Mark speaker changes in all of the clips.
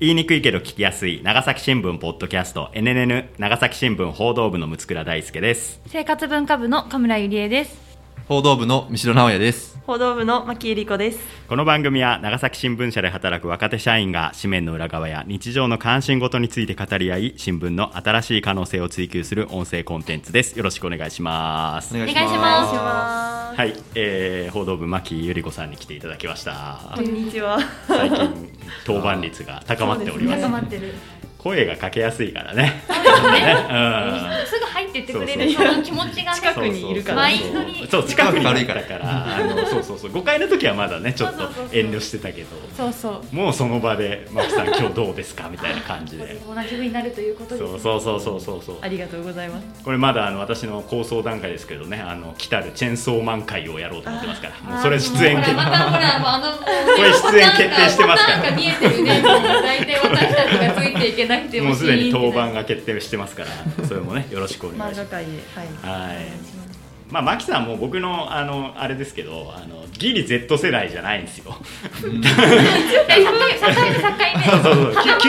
Speaker 1: 言いにくいけど聞きやすい長崎新聞ポッドキャスト NNN 長崎新聞報道部の六倉大輔です
Speaker 2: 生活文化部の神村ゆりえです
Speaker 3: 報道部の三代直也です。
Speaker 4: 報道部の牧井理子です。
Speaker 1: この番組は長崎新聞社で働く若手社員が紙面の裏側や日常の関心事について語り合い新聞の新しい可能性を追求する音声コンテンツですよろしくお願いします
Speaker 2: お
Speaker 3: お
Speaker 2: 願
Speaker 3: 願
Speaker 2: い
Speaker 3: い
Speaker 2: し
Speaker 3: し
Speaker 2: ま
Speaker 1: はい、えー報道部牧ゆり子さんに来ていただきました
Speaker 4: こんにちは。
Speaker 1: 最近当番率が高まっております
Speaker 2: 高まってる
Speaker 1: 声がかけやすいから ね
Speaker 2: すぐ入ってってくれる
Speaker 1: そう
Speaker 2: その気持ちが
Speaker 4: 近
Speaker 2: ね
Speaker 4: くにいるから
Speaker 2: マインドに
Speaker 1: そう近くにあ
Speaker 3: 軽
Speaker 1: る
Speaker 3: いか
Speaker 1: から
Speaker 3: ら
Speaker 1: あのそうそうそう誤解の時はまだねちょっと
Speaker 2: そうそうそうそう
Speaker 1: 遠慮してたけど
Speaker 2: そうそう
Speaker 1: もうその場で「マキさん今日どうですか?」みたいな感じで。
Speaker 2: 同じ部になるということです
Speaker 1: そうそうそうそうそうそう
Speaker 4: ありがとうございます。
Speaker 1: これまだあの私の構想段階ですけどねあの来たるチェンソーマン会をやろうと思ってますからもうそれ出演
Speaker 2: ほ
Speaker 1: 決
Speaker 2: らまたほらもうあのこ
Speaker 1: れ出演決定してますから
Speaker 2: なんか見えてるねもう大体私たちがついていけなくて
Speaker 1: もうすでに当番
Speaker 2: が
Speaker 1: が決定してますからそれもねよろしくお願い
Speaker 4: 漫
Speaker 1: しま
Speaker 4: 画
Speaker 1: す
Speaker 4: 界へ。はい。
Speaker 1: はいまあ、マキさんも僕のあのあれですけどあのギリ Z 世代じゃないんですよ
Speaker 2: え境目境
Speaker 1: そうそうそうき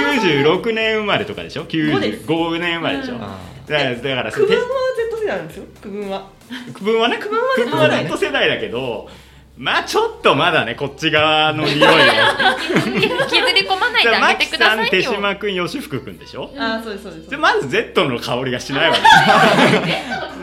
Speaker 1: 96年生まれとかでしょ
Speaker 4: 五です
Speaker 1: 95年生まれでしょ、
Speaker 2: うん
Speaker 1: だか
Speaker 3: あ
Speaker 1: らだから
Speaker 4: 区分は Z 世代なんですよ。区分は。
Speaker 1: 区分はね区分は
Speaker 4: そうだね
Speaker 1: Z 世代だけどまあちょっとまだねこっち側の匂いを
Speaker 2: 目削り込まない
Speaker 1: じ
Speaker 2: で
Speaker 1: ゃあ
Speaker 2: あ
Speaker 1: マ
Speaker 2: げ
Speaker 1: キ
Speaker 2: てくだ
Speaker 1: さ
Speaker 2: さ
Speaker 1: ん
Speaker 2: い
Speaker 1: 手
Speaker 2: よ
Speaker 1: 島君吉福君でしょ
Speaker 4: あー、そうですそうです。
Speaker 1: でまず Z の香りがしないわけ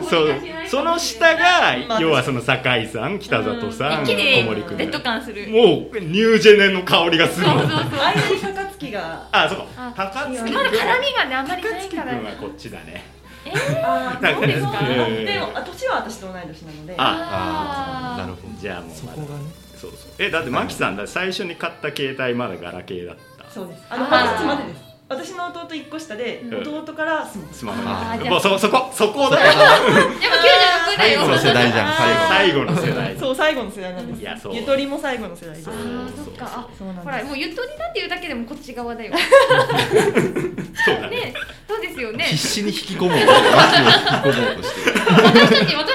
Speaker 1: そうその下
Speaker 4: ま
Speaker 1: が
Speaker 4: あ
Speaker 1: 要はその酒井さん北里さん
Speaker 2: 一気に
Speaker 1: 小森君
Speaker 2: ベッド感する
Speaker 1: もうニュージェネの香りがする
Speaker 2: そうそうそう
Speaker 4: 間に高槻が。
Speaker 1: あそう
Speaker 2: あ
Speaker 1: か高槻君
Speaker 2: まだ絡みがねあんまり
Speaker 1: 高
Speaker 2: ない
Speaker 1: 槻君
Speaker 2: から
Speaker 1: はこっちだね
Speaker 2: えー
Speaker 4: あ
Speaker 1: ーそうですか
Speaker 4: でもあ年は私と同い年なので。
Speaker 1: あ
Speaker 3: あーなるほど。
Speaker 1: じゃあもう
Speaker 3: そ
Speaker 1: まだ
Speaker 3: こがね。
Speaker 1: そうそうえだってマキさんだって最初に買った携帯まだガラケーだった
Speaker 4: そうです。あの
Speaker 2: あー
Speaker 4: 二十歳までです。私の弟一個下で
Speaker 1: うん
Speaker 4: 弟からスマホ。
Speaker 1: スマホに
Speaker 3: あ
Speaker 2: ー
Speaker 1: もうそそこそこだよ
Speaker 2: でも96だ
Speaker 3: 最
Speaker 2: よ
Speaker 3: 後の世代じゃん。最後の。
Speaker 1: 最後の世代
Speaker 4: そう最後の世代なんです。
Speaker 1: いやそう
Speaker 4: ゆとりも最後の世代です。
Speaker 2: あーそっかあ
Speaker 4: そうなんです
Speaker 2: ほらもうゆとりだっていうだけでもこっち側だよ
Speaker 1: そうだね
Speaker 2: ねそうです よね
Speaker 3: 必死に引き込もうと。脇を引き込もうとしてる。
Speaker 2: 私たち私と三代君なんか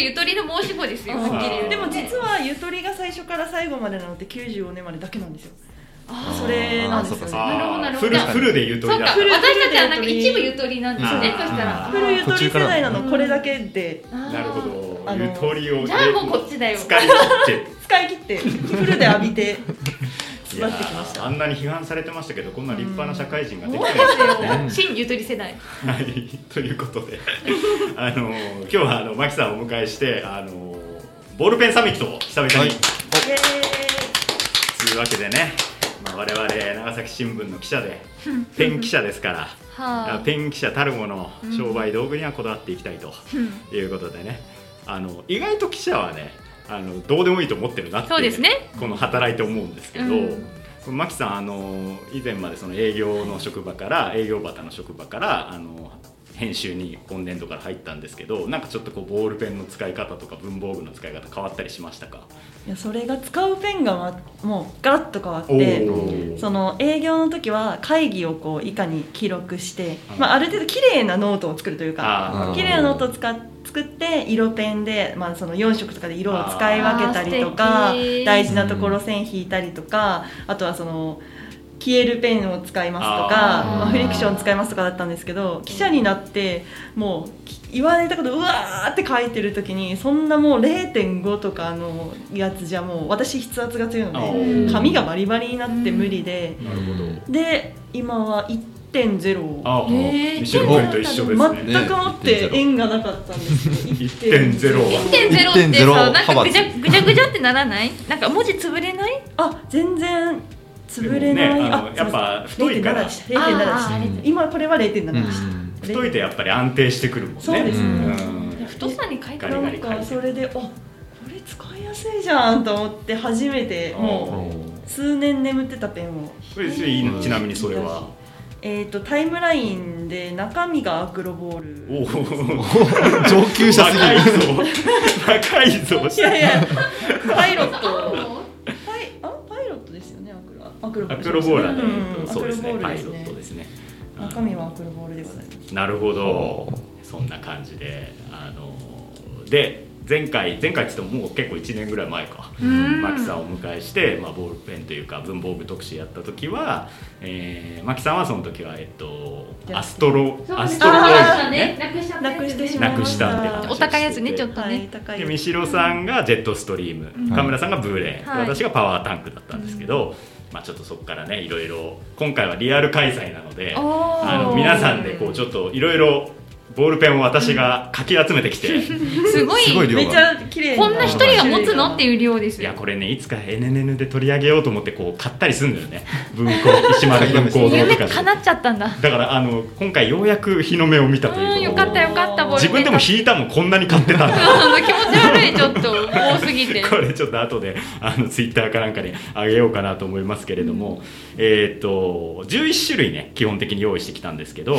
Speaker 2: ゆとりの申し子ですよ
Speaker 1: あ
Speaker 2: はっきり言うと
Speaker 4: でも実はゆとりが最初から最後までなのって95年までだけなんですよ
Speaker 2: あ
Speaker 4: それなんで
Speaker 3: あーそ
Speaker 4: すよ
Speaker 3: うかそうか
Speaker 1: あー
Speaker 2: なるほ
Speaker 1: フ
Speaker 2: どなる
Speaker 1: ルフ
Speaker 2: ほど
Speaker 1: ルでゆと
Speaker 2: そう
Speaker 1: り
Speaker 2: か
Speaker 1: だった
Speaker 4: フル
Speaker 2: 私たちはなんか一部ゆとりなんです
Speaker 1: あ
Speaker 2: ね
Speaker 1: ー
Speaker 2: そしたら
Speaker 3: あ
Speaker 4: フルゆと
Speaker 2: 途
Speaker 4: り世代な
Speaker 2: 中から
Speaker 4: のこれだけで
Speaker 2: あー
Speaker 1: なるほ
Speaker 4: あ
Speaker 1: ど
Speaker 4: の
Speaker 1: ゆとりを
Speaker 2: じゃあもうこっちだよ
Speaker 1: 使い切っ て
Speaker 4: 使い切ってフルで浴びて
Speaker 1: い
Speaker 4: 育
Speaker 1: や
Speaker 4: ってきました
Speaker 1: ーあんなに批判されてましたけどこんな立派な社会人ができ
Speaker 2: そ
Speaker 1: ない
Speaker 2: うですよ新ゆとり世代
Speaker 1: はい、ということで、あのー今日はあのマキさんをお迎えして、あのーボールペンサミットを久々
Speaker 3: は
Speaker 1: に
Speaker 3: い。
Speaker 4: イエーイ
Speaker 1: というわけでね、まあ、我々長崎新聞の記者で ペン記者ですからあ
Speaker 2: は
Speaker 1: ペン記者たるもの商売道具にはこだわっていきたいということでね、あの意外と記者はねあのどうでもいいと思ってるなってい
Speaker 2: そうですね
Speaker 1: この働いて思うんですけど、
Speaker 2: うん
Speaker 1: マキさんあの以前までその営業の職場から営業バタの職場からあの編集に今年度から入ったんですけどなんかちょっとこうボールペンの使い方とか文房具の使い方変わったりしましたか
Speaker 4: いやそれが使うペンがまもうガラッと変わっ
Speaker 1: お
Speaker 4: て
Speaker 1: ー
Speaker 4: その営業の時は会議をこういかに記録して、
Speaker 1: うん
Speaker 4: まあ、ある程度綺麗なノートを作るという
Speaker 1: あーなる
Speaker 4: か
Speaker 3: ほど
Speaker 4: 綺麗なノートを使っ作って色ペンで、まあ、その4色とかで色を使い分けたりと
Speaker 2: あ
Speaker 4: か
Speaker 2: ー素敵
Speaker 4: 大事なところ線引いたりとかあとはその消えるペンを使いますとか
Speaker 1: あ
Speaker 2: ー
Speaker 4: まあ、フリクション使いますとかだったんですけど記者になってもうき言われたことうわーって書いてる時にそんなもう0.5とかのやつじゃもう私筆圧が強いので。
Speaker 2: うん
Speaker 4: 髪がバリバリになって無理で、
Speaker 1: なるほど
Speaker 4: で今は1.0を
Speaker 1: ああ、
Speaker 2: へー
Speaker 1: ミシェル君と一緒ですね。
Speaker 4: 全くもって縁がなかったんで すよ
Speaker 1: 1.0は
Speaker 2: 1.0って
Speaker 3: 1.0
Speaker 2: さなんか
Speaker 3: 幅
Speaker 2: ぐじゃぐじゃぐじゃってならないなんか文字潰れない
Speaker 4: あ全然潰れ
Speaker 1: で
Speaker 4: ない、
Speaker 1: もねあ
Speaker 4: あ
Speaker 1: のやっぱ太いから
Speaker 4: 0.7でした0.7でした
Speaker 2: あー
Speaker 4: 今これは0.7でし
Speaker 3: うん
Speaker 4: た
Speaker 1: 太いとやっぱり安定してくるもんね。
Speaker 4: そうです
Speaker 3: ね
Speaker 1: うん
Speaker 2: 太さに変えたら
Speaker 1: ガリガ
Speaker 4: な
Speaker 1: リ
Speaker 4: んかそれであこれ使いやすいじゃんと思って初めて
Speaker 1: お
Speaker 4: も
Speaker 1: ー
Speaker 4: う数年眠ってたペンを
Speaker 1: これいいのちなみにそれは。
Speaker 4: えっ、とタイムラインで中身がアクロボール
Speaker 1: おお、
Speaker 3: 上級者すぎ
Speaker 1: 高い
Speaker 3: る。
Speaker 1: ぞ。高いぞ。
Speaker 4: いやいやパイロット
Speaker 2: あ
Speaker 4: パイあパイロットですよねアクロアクロ
Speaker 1: アクロボーラー
Speaker 4: で
Speaker 1: で、
Speaker 4: うん、
Speaker 1: そうですね。
Speaker 4: アクロボ
Speaker 1: パ
Speaker 4: ー
Speaker 1: イ
Speaker 4: ル
Speaker 1: ロ
Speaker 4: で
Speaker 1: ッ
Speaker 4: す
Speaker 1: ト
Speaker 4: ね
Speaker 1: ですね。
Speaker 4: 中身はアクロボールでございます
Speaker 1: なるほど。そんな感じで、あので。前回前回って言ってももう結構1年ぐらい前か
Speaker 2: ん
Speaker 1: マキさんをお迎えして、まあ、ボールペンというか文房具特集やった時は、えー、マキさんはその時は、えっと、アストロ
Speaker 2: そう
Speaker 1: ア
Speaker 2: で
Speaker 1: ス
Speaker 2: す
Speaker 1: トロボーイズ
Speaker 2: ね
Speaker 1: ね。
Speaker 2: なくしちゃった
Speaker 4: な
Speaker 2: やつ
Speaker 4: く
Speaker 2: ね
Speaker 4: してしまい
Speaker 1: な
Speaker 4: ま
Speaker 1: く
Speaker 4: し
Speaker 1: したたって話をしてて
Speaker 5: お高いやつねちょっと
Speaker 4: はい
Speaker 5: ね
Speaker 4: 高い
Speaker 1: で三代さんがジェットストリーム、
Speaker 2: うん
Speaker 1: 岡村さんがブーレイ、
Speaker 2: はい
Speaker 1: 私がパワータンクだったんですけど、まあ、ちょっとそこからねいろいろ今回はリアル開催なので
Speaker 2: おー
Speaker 1: あの皆さんでこうちょっといろいろボールペンを私がかき集めてきて、
Speaker 2: すごい
Speaker 3: すごい量
Speaker 4: めっちゃ綺麗
Speaker 2: こんな一人が持つのって
Speaker 4: いう
Speaker 2: いう量です
Speaker 1: い
Speaker 2: よ
Speaker 1: やこれねいつか NNN で取り上げようと思ってこう買ったりするのよね文庫石丸文庫堂
Speaker 2: 夢
Speaker 1: とかで
Speaker 2: 叶っちゃったんだ
Speaker 1: だからあの今回ようやく日の目を見たと
Speaker 2: うん
Speaker 1: いう
Speaker 2: よかったよかったボール
Speaker 1: 自分でも 引いたもんこんなに買ってたんだ
Speaker 2: うん気持ち悪いちょっと多すぎて
Speaker 1: これちょっと後であのツイッターかなんかにあげようかなと思いますけれども、えーっと11種類ね基本的に用意してきたんですけ ど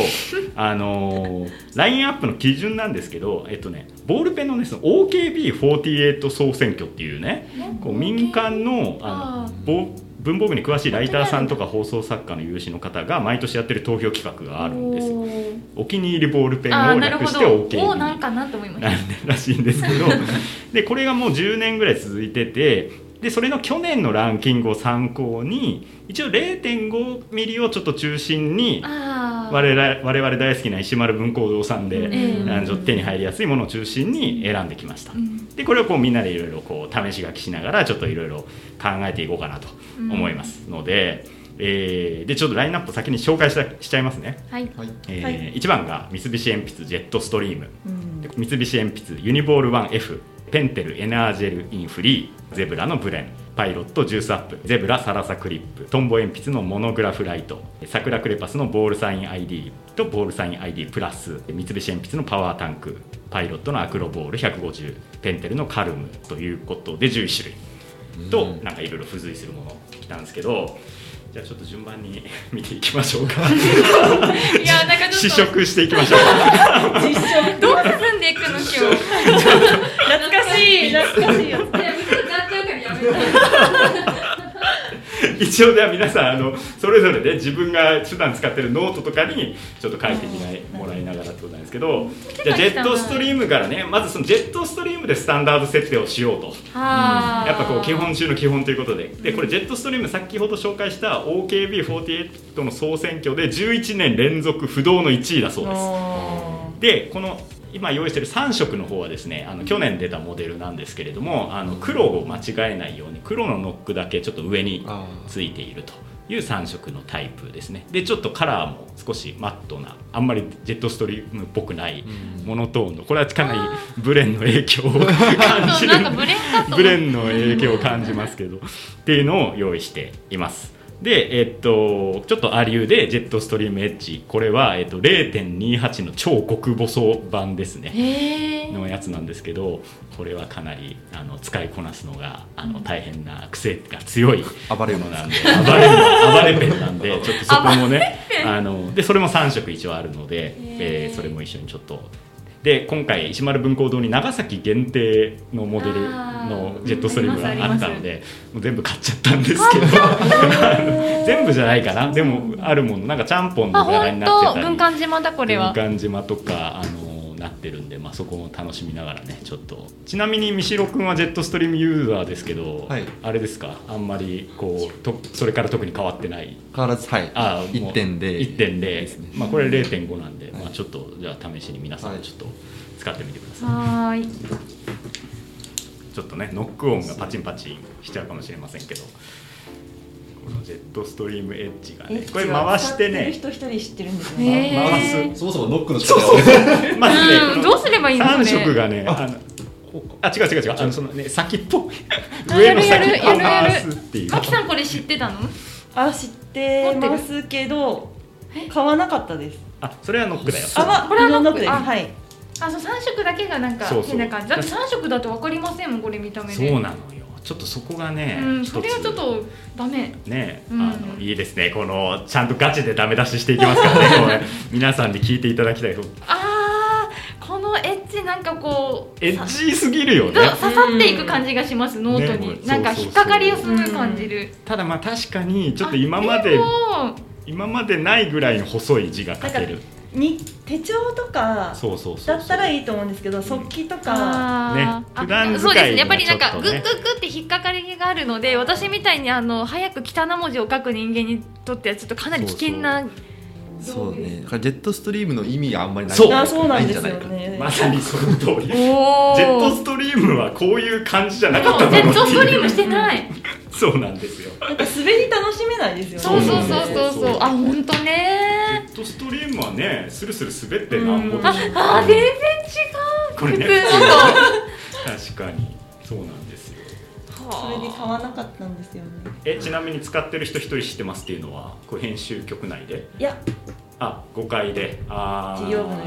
Speaker 1: あのーラインアップの基準なんですけどえっとねボールペンのねその OKB48 総選挙っていうねこう民間のあ
Speaker 2: あ
Speaker 1: のぼ文房具に詳しいライターさんとか放送作家の有志の方が毎年やってる投票企画があるんですよ。
Speaker 2: おー
Speaker 1: お気に入りボールペン
Speaker 2: あー
Speaker 1: を
Speaker 2: なる
Speaker 1: 略
Speaker 2: ほ
Speaker 1: して
Speaker 2: ど
Speaker 1: OK
Speaker 2: おおなんかなと思いました
Speaker 1: なんでらしいんですけ どでこれがもう10年ぐらい続いててでそれの去年のランキングを参考に一応0.5ミリをちょっと中心に
Speaker 2: あー
Speaker 1: 我々我々大好きな石丸文工堂さんで、
Speaker 2: ええ
Speaker 1: あのちょっと手に入りやすいものを中心に選んできました。
Speaker 2: うん
Speaker 1: でこれをこうみんなでいろいろこう試し書きしながらちょっといろいろ考えていこうかなと思いますので、えーでちょっとラインナップ先に紹介したしちゃいますね。
Speaker 2: はい
Speaker 3: はい
Speaker 1: えー
Speaker 4: はい
Speaker 1: 1番が三菱鉛筆ジェットストリーム、
Speaker 4: ん
Speaker 1: で三菱鉛筆ユニボール 1F ペンテルエナージェルインフリーゼブラのブレンパイロットジュースアップゼブラサラサクリップトンボ鉛筆のモノグラフライト桜クレパスのボールサイン ID とボールサイン ID プラス三菱鉛筆のパワータンクパイロットのアクロボール150ペンテルのカルムということで11種類と
Speaker 3: うん
Speaker 1: なんかいろいろ付随するもの来たんですけどじゃあちょっと順番に 見ていきましょう か
Speaker 2: いやなんかち
Speaker 1: 試
Speaker 2: ょっ
Speaker 1: 食していきましょう
Speaker 4: 実証
Speaker 2: とどう進んでいくの今 日 じゃ
Speaker 4: 懐 かしい懐かしいやつ
Speaker 2: あなっちゃうからやめた
Speaker 1: 一応では皆さんあのそれぞれで自分が普段使ってるノートとかにちょっと書いてみないもらいながらってことなんですけどじゃあジェットストリームからねまずそのジェットストリームでスタンダード設定をしようと
Speaker 2: はー
Speaker 1: やっぱこう基本中の基本ということででこれジェットストリーム先ほど紹介した OKB48 の総選挙で11年連続不動の1位だそうです。
Speaker 4: お
Speaker 1: でこの今用意している3色の方はですねあの去年出たモデルなんですけれどもあの黒を間違えないように黒のノックだけちょっと上に
Speaker 3: あ
Speaker 1: ついているという3色のタイプですねでちょっとカラーも少しマットなあんまりジェットストリームっぽくない
Speaker 3: うん
Speaker 1: モノトーンのこれはかなりブレンの影響を感
Speaker 2: そ
Speaker 1: じ
Speaker 2: う
Speaker 1: る
Speaker 2: なんかブレンかと
Speaker 1: ブレ
Speaker 2: ン
Speaker 1: ンの影響を感じますけどっていうのを用意していますでえっとちょっとアリューでジェットストリームエッジこれは、えっと、0.28の超極細版ですね
Speaker 2: へー
Speaker 1: のやつなんですけどこれはかなりあの使いこなすのがあの大変な癖が強い
Speaker 3: 暴れ
Speaker 1: も
Speaker 3: 馬
Speaker 1: の
Speaker 3: です
Speaker 1: なんで暴れ馬暴れペンなんでちょっとそこもねあのでそれも3色一応あるので、
Speaker 2: へー
Speaker 1: えーそれも一緒にちょっと。で今回石丸文庫堂に長崎限定のモデルのジェットストリームがあったのでもう全部買っちゃったんですけど 全部じゃないかなでもあるものなんかちゃんぽん
Speaker 2: あ
Speaker 1: の柄に
Speaker 2: 本
Speaker 1: なってた
Speaker 2: 当
Speaker 1: り
Speaker 2: 軍艦島だこれは
Speaker 1: 軍艦島とか、あのなってるんで、まあ、そこも楽しみながらねちょっとちなみに三代君はジェットストリームユーザーですけど、
Speaker 3: はい
Speaker 1: あれですかあんまりこうとそれから特に変わってない
Speaker 3: 変わらずはい
Speaker 1: あもう
Speaker 3: 1.0
Speaker 1: 1.0
Speaker 3: ですね
Speaker 1: まあ、これ0.5なんで、
Speaker 3: はい
Speaker 1: まあ、ちょっとじゃあ試しに皆さん
Speaker 3: はい
Speaker 1: ちょっと使ってみてください、
Speaker 2: はーい
Speaker 1: ちょっとねノック音がパチンパチンしちゃうかもしれませんけどこのジェットストリームエッジがねこれ回してね
Speaker 4: 人一人知ってるんです
Speaker 2: ねへー
Speaker 1: 回す
Speaker 6: そもそもノックの仕方が
Speaker 1: まずねこ
Speaker 2: うん
Speaker 1: の
Speaker 2: どうすればいいのそれ
Speaker 1: 三色がね、あの、あ、違う違う違う、あの、そのね、先っぽ。
Speaker 2: あ
Speaker 1: 上
Speaker 2: や
Speaker 1: の
Speaker 2: るや
Speaker 1: 先
Speaker 2: る
Speaker 1: っぽを
Speaker 2: や
Speaker 1: 回
Speaker 2: るや
Speaker 1: すってい
Speaker 2: る
Speaker 1: う。
Speaker 2: マキさんこれ知ってたの
Speaker 4: あ知ってますけど買わなかったです
Speaker 1: あ、それはノックだよ。
Speaker 4: あま
Speaker 2: これはノック
Speaker 4: です
Speaker 2: あ
Speaker 4: はい
Speaker 2: あそう3色だけがなんか
Speaker 1: そうそう
Speaker 2: 変な感じだって3色だと分かりませんもんこれ見た目
Speaker 1: そ
Speaker 2: で
Speaker 1: うなのよ。ちょっとそこがね、
Speaker 2: うん
Speaker 1: 一つ
Speaker 2: それはちょっ。とダメ
Speaker 1: ね、
Speaker 2: うん
Speaker 1: あのいいですねこのちゃんとガチでダメ出ししていきますから ねこれ皆さんに聞いていただきたいと
Speaker 2: あーこのエッジなんかこう
Speaker 1: エッジすぎるよね
Speaker 2: さ刺さっていく感じがしますノートに、
Speaker 1: ね
Speaker 2: なんか
Speaker 1: そうそうそう
Speaker 2: 引っかかりをすごい感じる、
Speaker 1: ただまあ確かにちょっと今ま
Speaker 2: あで
Speaker 1: で
Speaker 2: も
Speaker 1: 今までないぐらいの細い字が書ける
Speaker 4: に手帳とか
Speaker 1: そうそうそうそう
Speaker 4: だったらいいと思うんですけど速記とか
Speaker 2: あ
Speaker 1: ね普
Speaker 2: ー
Speaker 1: 段使いが
Speaker 2: あそうですねやっぱりなん
Speaker 1: ち
Speaker 2: か
Speaker 1: ょっ
Speaker 2: グ
Speaker 1: と
Speaker 2: ッ
Speaker 1: ね
Speaker 2: グッグッって引っかかりがあるので私みたいにあの早く汚文字を書く人間にとってはちょっとかなり危険な
Speaker 3: そうねだからジェットストリームの意味があんまりない
Speaker 1: そう
Speaker 4: あそうなんですよ
Speaker 3: いじゃいか
Speaker 4: ね
Speaker 1: まさにその通りジェ
Speaker 2: おお
Speaker 1: ットストリームはこういう感じじゃなかった
Speaker 2: ジ
Speaker 1: だ
Speaker 2: ェ
Speaker 1: ろうって
Speaker 2: ッ
Speaker 1: い
Speaker 2: ト
Speaker 1: う
Speaker 2: ストリームしてない
Speaker 1: そうなんですよ
Speaker 4: なんか滑り楽しめないですよね
Speaker 2: そうそうそうそうそうあ本当
Speaker 1: ジ
Speaker 2: ね
Speaker 1: ェットストリームはねスルスル滑ってなんぼでしょ
Speaker 2: ああー全然違う
Speaker 1: これね
Speaker 2: 普通のと
Speaker 1: 確かにそうなんですよ
Speaker 4: それで買わなかったんですよね
Speaker 1: えちなみに使ってる人一人知ってますっていうのはこれ編集局内で
Speaker 4: いや
Speaker 1: あ誤解であー
Speaker 4: 事業部の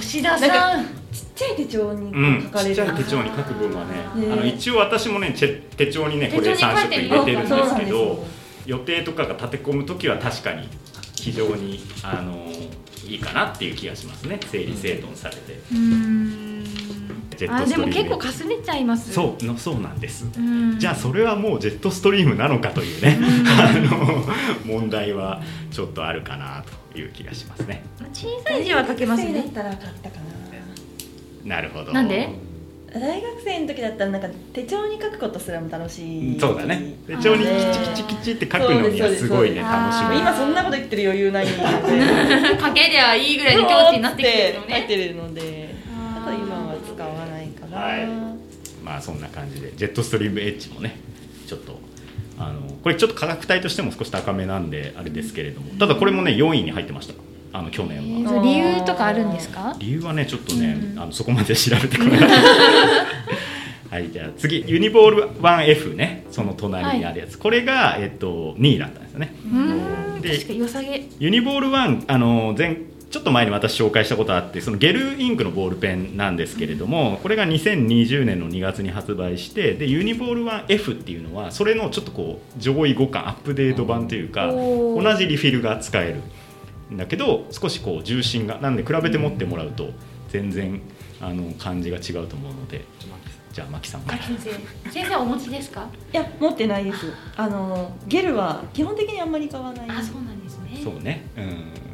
Speaker 4: 吉田さんが使
Speaker 1: なるほどあ
Speaker 2: 吉田さ
Speaker 4: ってて
Speaker 2: ん
Speaker 4: ちっちゃい手帳
Speaker 1: うん
Speaker 4: に書、か
Speaker 1: ち
Speaker 4: れ
Speaker 1: っち
Speaker 4: る、
Speaker 1: ゃい手帳に書く分はね
Speaker 4: ね
Speaker 1: あの一応私もねチェ手帳にねこれ
Speaker 2: 手帳に
Speaker 1: 3
Speaker 2: 書い
Speaker 1: 色入れ
Speaker 2: てる
Speaker 1: てるんですけ
Speaker 4: そうなん
Speaker 1: ど
Speaker 4: ですよ
Speaker 1: 予定とかが立て込む時は確かに非常にあのいいかなっていう気がしますね整理整頓されて、
Speaker 2: うーん
Speaker 1: ジェッ
Speaker 2: あ
Speaker 1: トスト
Speaker 2: で
Speaker 1: リーム
Speaker 2: も結構かすれちゃいます
Speaker 1: そうのそうなんです、
Speaker 2: うん
Speaker 1: じゃあそれはもうジェットストリームなのかというね、あの問題はちょっとあるかなという気がしますね。
Speaker 2: 小さい字は書けます
Speaker 4: 大学
Speaker 2: ね
Speaker 4: 生だったら買ったか
Speaker 1: なるほど。
Speaker 2: なんで
Speaker 4: な大学生の時だったらなんか手帳に書くことすらも楽しい
Speaker 1: そうだね。手帳にキチキチキチって書くのにはすごいね
Speaker 2: そうで
Speaker 1: 楽
Speaker 2: す
Speaker 1: し
Speaker 2: そうです
Speaker 1: み。
Speaker 4: 今そんなこと言ってる余裕ないんで
Speaker 2: 書けりゃいいぐらいの境地になってきてるよ
Speaker 4: 書い
Speaker 2: ね
Speaker 4: てるのでただ今は使わないから、
Speaker 1: はまあそんな感じでジェットストリームエッジもねちょっと。あのこれちょっと価格帯としても少し高めなんであれですけれどもただこれもね4位に入ってましたあの去
Speaker 2: え
Speaker 1: 年
Speaker 2: ー
Speaker 1: は
Speaker 2: それ理由とかあるんですか
Speaker 1: 理由はねちょっとね、
Speaker 2: うん
Speaker 1: あのそこまで調べてこなか ったはいじゃあ次ユニボール 1F ねその隣にあるやつ、これが、えっと、2位だったんですよね
Speaker 2: うーん
Speaker 1: で
Speaker 2: 確か良さげ
Speaker 1: ユニボール1あの前ちょっと前に私紹介したことあってそのゲルインクのボールペンなんですけれども、これが2020年の2月に発売してでユニボール 1F っていうのはそれのちょっとこう上位互換アップデート版というか、
Speaker 2: おー
Speaker 1: 同じリフィルが使えるんだけど少しこう重心がなんで比べて持ってもらうと全然あの感じが違うと思うのでじゃあマキさんから
Speaker 2: 先生先生はお持ちですか
Speaker 4: いや持ってないですあのゲルは基本的にあんまり買わない
Speaker 2: あそうなんですね
Speaker 1: そうねうん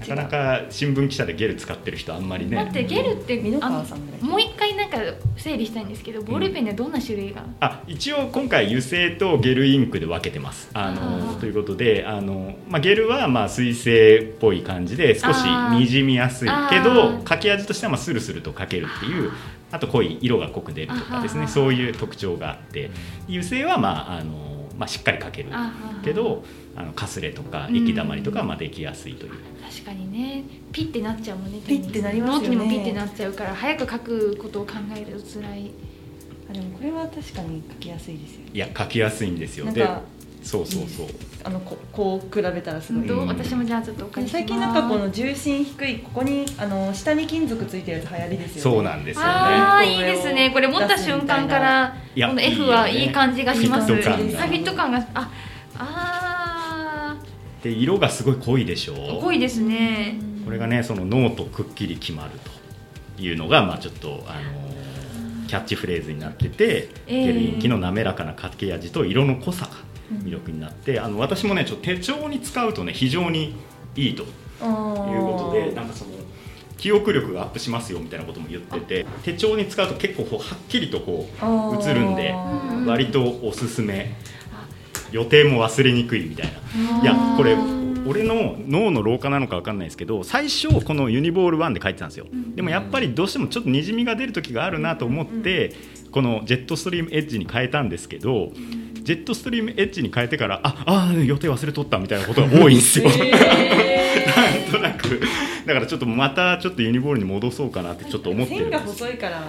Speaker 1: なかなか新聞記者でゲル使ってる人あんまりね
Speaker 2: だってゲルって
Speaker 4: 美濃
Speaker 2: あ
Speaker 4: 川
Speaker 2: の
Speaker 4: さんぐらい
Speaker 2: もう一回なんか整理したいんですけどボールペンにはどんな種類が
Speaker 1: あ一応今回油性とゲルインクで分けてます。あの
Speaker 2: あー
Speaker 1: ということであの、まあ、ゲルはまあ水性っぽい感じで少し
Speaker 2: あー
Speaker 1: にじみやすいけ
Speaker 2: あ
Speaker 1: ど
Speaker 2: ー
Speaker 1: 書き味としてはまあスルスルと書けるっていうあと濃い色が濃く出るとかです
Speaker 2: あ
Speaker 1: ね
Speaker 2: ー
Speaker 1: そういう特徴があって油性は、まああのまあ、しっかり書ける
Speaker 2: あー
Speaker 1: けどあのかすれとか液だまりとかはまあできやすいという。
Speaker 2: 確かにねピッてなっちゃうもんね
Speaker 4: ピッてなりますよ
Speaker 2: 手
Speaker 4: ね
Speaker 2: にノートにもピッてなっちゃうから早く書くことを考えると辛い
Speaker 4: あでもこれは確かに書きやすいですよね
Speaker 1: いや書きやすいんですよ
Speaker 4: なん
Speaker 1: で
Speaker 4: か
Speaker 1: そうそうそう
Speaker 4: あのここう比べたらすごい、
Speaker 2: どう
Speaker 1: うん
Speaker 2: 私もじゃあちょっとお借りします
Speaker 4: 最近なんかこの重心低いここにあの下に金属ついてるやつ流行りですよね
Speaker 1: そうなんですよね。
Speaker 2: あーいいですねこれ持った瞬間から
Speaker 1: いや
Speaker 2: この F はい
Speaker 1: い
Speaker 2: い
Speaker 1: よね
Speaker 2: 感じがします
Speaker 4: フィット感が
Speaker 2: あフィット感がああ
Speaker 1: で色がすごい濃いでしょ
Speaker 2: ー濃いですね
Speaker 1: これがねそのノートくっきり決まるというのが、まあ、ちょっと、あのーキャッチフレーズになってて、
Speaker 2: えー
Speaker 1: ゲルインキの滑らかな書き味と色の濃さが魅力になって、あの私もねちょっと手帳に使うとね非常にいいという
Speaker 4: あー
Speaker 1: ことでなんかその記憶力がアップしますよみたいなことも言ってて手帳に使うと結構こうはっきりとこ
Speaker 4: あー
Speaker 1: 映るんで
Speaker 2: うん
Speaker 1: う割とおすすめ予定も忘れにくいみたいな。いやこれ俺の脳の老化なのか分かんないですけど最初このユニボール1で書いてたんですよでもやっぱりどうしてもちょっとにじみが出る時があるなと思ってこのジェットストリームエッジに変えたんですけどジェットストリームエッジに変えてからああー予定忘れとったみたいなことが多いんですよなんとなくだからちょっとまたちょっとユニボールに戻そうかなってちょっと思ってる
Speaker 4: 線
Speaker 1: ん
Speaker 4: が
Speaker 1: です
Speaker 4: 細いから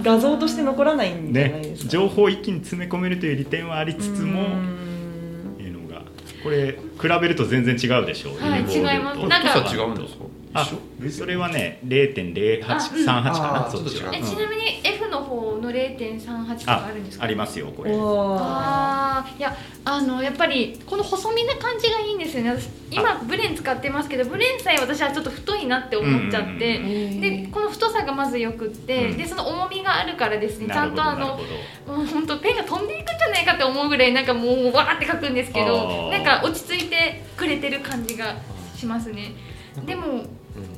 Speaker 4: 画像として残らないんじゃない
Speaker 1: ね
Speaker 4: ですか、
Speaker 1: 情報を一気に詰め込めるという利点はありつつも
Speaker 4: うん
Speaker 1: いうのがこれ比べると全然違うでしょう、
Speaker 2: はい
Speaker 1: ユニボールと
Speaker 2: 違います
Speaker 3: 太
Speaker 2: なんか
Speaker 3: さ違うんですか
Speaker 1: あそれはね0.0838かな
Speaker 3: あ
Speaker 1: そっち
Speaker 3: あ
Speaker 1: は
Speaker 2: えちなみに F の方の0.38とか
Speaker 1: あ
Speaker 2: あるんですか
Speaker 1: ありますよこれ
Speaker 4: おー
Speaker 2: あーいやあのやっぱりこの細身な感じがいいんですよね私今ブレン使ってますけどブレンさえ私はちょっと太いなって思っちゃって、
Speaker 1: うん
Speaker 2: でこの太さがまずよくって、
Speaker 1: うん
Speaker 2: でその重みがあるからですねち
Speaker 1: な
Speaker 2: ゃ
Speaker 1: んるほ
Speaker 2: と
Speaker 1: ど
Speaker 2: あ
Speaker 1: なるほど
Speaker 2: のもう本当ペンが飛んでいくんじゃないかって思うぐらいなんかもうわーって書くんですけど
Speaker 1: あー
Speaker 2: なんか落ち着いてくれてる感じがしますねでも
Speaker 5: うん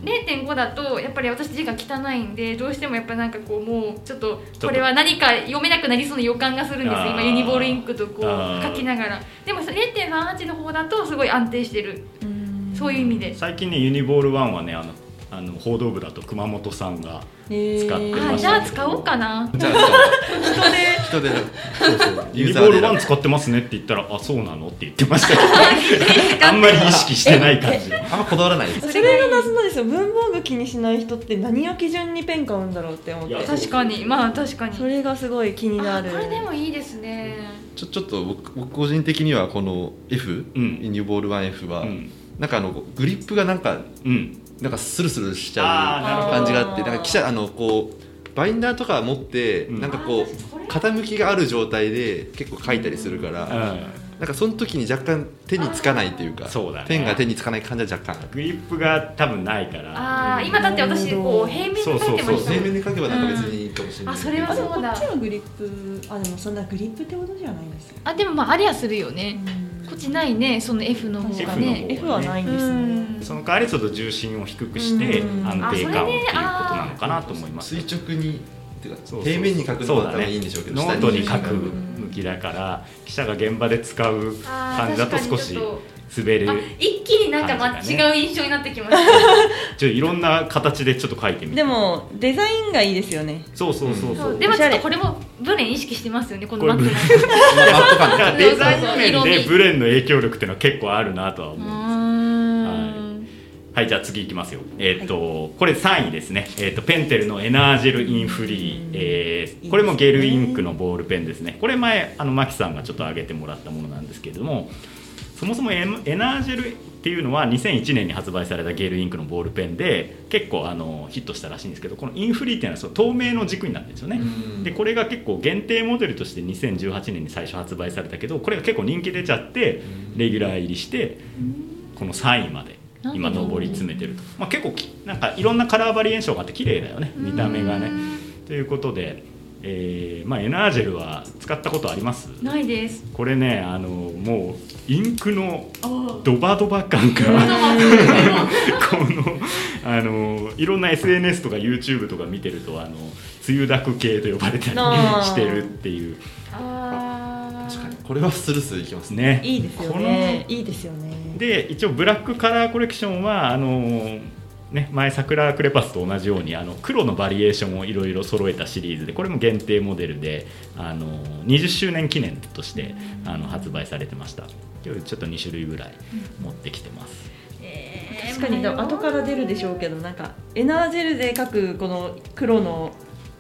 Speaker 2: 0.5だとやっぱり私字が汚いんでどうしてもやっぱなんかこうもうちょっとこれは何か読めなくなりそうな予感がするんです
Speaker 1: あー
Speaker 2: 今ユニボールインクとこ
Speaker 1: あ
Speaker 2: う
Speaker 1: ー
Speaker 2: 書きながらでも0.38の方だとすごい安定してるそういう意味で
Speaker 1: 最近ねユニボール1はねあのあの報道部だと熊本さんが
Speaker 4: 使
Speaker 1: 使って
Speaker 2: あ
Speaker 1: ま
Speaker 2: ー
Speaker 1: し
Speaker 2: じ
Speaker 1: た
Speaker 2: ゃ
Speaker 1: ね
Speaker 2: あ使おうかな
Speaker 3: じゃあじゃあ
Speaker 4: 人
Speaker 3: 人で
Speaker 5: そうそう
Speaker 1: ユニボール1
Speaker 3: で
Speaker 1: 使ってますねって言ったらあそうなのって言ってましたけどあんまり意識してない感じ
Speaker 3: あんまこだわらないです
Speaker 4: でそれが謎なんですよ文房具気にしない人って何を基準にペン買うんだろうって思っ
Speaker 1: いや
Speaker 4: て
Speaker 1: そう
Speaker 2: 確かにまあ確かに
Speaker 4: それがすごい気にな
Speaker 2: あ
Speaker 4: る
Speaker 2: これでもいいですね
Speaker 3: ちょちょっと僕僕個人的にはこの F、
Speaker 1: うん
Speaker 3: ユニボール 1F は、
Speaker 1: うん
Speaker 3: なんかあのグリップがなんか
Speaker 1: うん
Speaker 3: なんかスルスルしち
Speaker 1: あー
Speaker 3: ゃ
Speaker 1: なる
Speaker 3: う
Speaker 1: ほど
Speaker 3: 感じがあってなんか記者あのこうバインダーとか持って、
Speaker 1: うん
Speaker 3: なんかこ
Speaker 2: あーこれ
Speaker 3: う傾きがある状態で結構書いたりするから、なんかその時に若干手につかないというか
Speaker 1: そうだね
Speaker 3: ペンが手につかない感じは若干ある
Speaker 1: グリップが多分ないから
Speaker 2: ああ今だって私こう平面で書いて
Speaker 1: そ
Speaker 2: ま
Speaker 1: う
Speaker 2: し
Speaker 1: そう
Speaker 2: た
Speaker 3: 正
Speaker 2: もん
Speaker 3: 面で書けばなんか別にいいかもしれない、
Speaker 2: あそれは
Speaker 4: でも
Speaker 2: そうだ
Speaker 4: はグリップあでもそんなグリップってことじゃないんですよ
Speaker 2: あでもまあありゃするよねこっちないねその F の方が
Speaker 1: F の方
Speaker 2: ね
Speaker 4: F はないん
Speaker 2: う
Speaker 4: ですね
Speaker 2: ん
Speaker 1: その代わりちょっと重心を低くして
Speaker 4: うん
Speaker 1: 安定感をっていうこと
Speaker 2: あそれで
Speaker 1: なのかなと思います
Speaker 3: 垂直にっていうか
Speaker 1: そうそう
Speaker 3: 平面に書くのは多分いいんでしょうけど
Speaker 1: ノートに書
Speaker 3: 下
Speaker 1: く向きだから記者が現場で使う
Speaker 2: あー
Speaker 1: 感じだと少し
Speaker 2: 確かにちょっ
Speaker 1: 滑る
Speaker 2: とあ一気になんかま
Speaker 1: 感じが
Speaker 2: 違う印象になってきました
Speaker 1: ちょいろんな形でちょっと書いてみ
Speaker 4: で
Speaker 1: て
Speaker 4: もデザインがいいですよね
Speaker 1: そうそうそうそう
Speaker 2: そう
Speaker 1: じ
Speaker 2: でもちょっとこれもブレン意識してますよねこの
Speaker 1: これ
Speaker 2: マット
Speaker 1: ブレン
Speaker 3: マット感
Speaker 1: ゃあデザイン面でブレンの影響力っていうのは結構あるなとは思う
Speaker 2: うん
Speaker 1: はいじゃあ次いきますよえっ、と、これ3位ですねえっ、とペンテルのエナージェルインフリー、えーこれもゲルインクのボールペンですねこれ前あのマキさんがちょっと上げてもらったものなんですけれどもそもそもエエナージェルっていうのは2001年に発売されたゲールインクのボールペンで結構あのヒットしたらしいんですけどこのインフリーっていうのはその透明の軸になってるんですよね、
Speaker 3: うん
Speaker 1: でこれが結構限定モデルとして2018年に最初発売されたけどこれが結構人気出ちゃってレギュラー入りしてこの3位まで今上り詰めてると、まあ、結構きなんかいろんなカラーバリエーションがあって綺麗だよね見た目がね。ということで、えーまあ、エナージェルは使ったことあります
Speaker 2: ないです
Speaker 1: これねあのもうインクの
Speaker 2: あー
Speaker 1: ドバドバ感が このあのいろんな SNS とか YouTube とか見てるとあの梅雨だく系と呼ばれたり
Speaker 4: あー
Speaker 1: してるっていう
Speaker 2: あー
Speaker 3: 確かにこれはスルスルいきますね
Speaker 1: ね
Speaker 4: いいですよ
Speaker 1: こ
Speaker 4: ね
Speaker 1: の
Speaker 4: いいですよね
Speaker 1: で一応ブラックカラーコレクションはあのね、前桜クレパスと同じようにあの黒のバリエーションをいろいろ揃えたシリーズでこれも限定モデルであの20周年記念としてあの発売されてました今日ちょっと2種類ぐらい持ってきてます、
Speaker 2: えー
Speaker 4: 確かにでも後から出るでしょうけどなんかエナージェルで描くこの黒の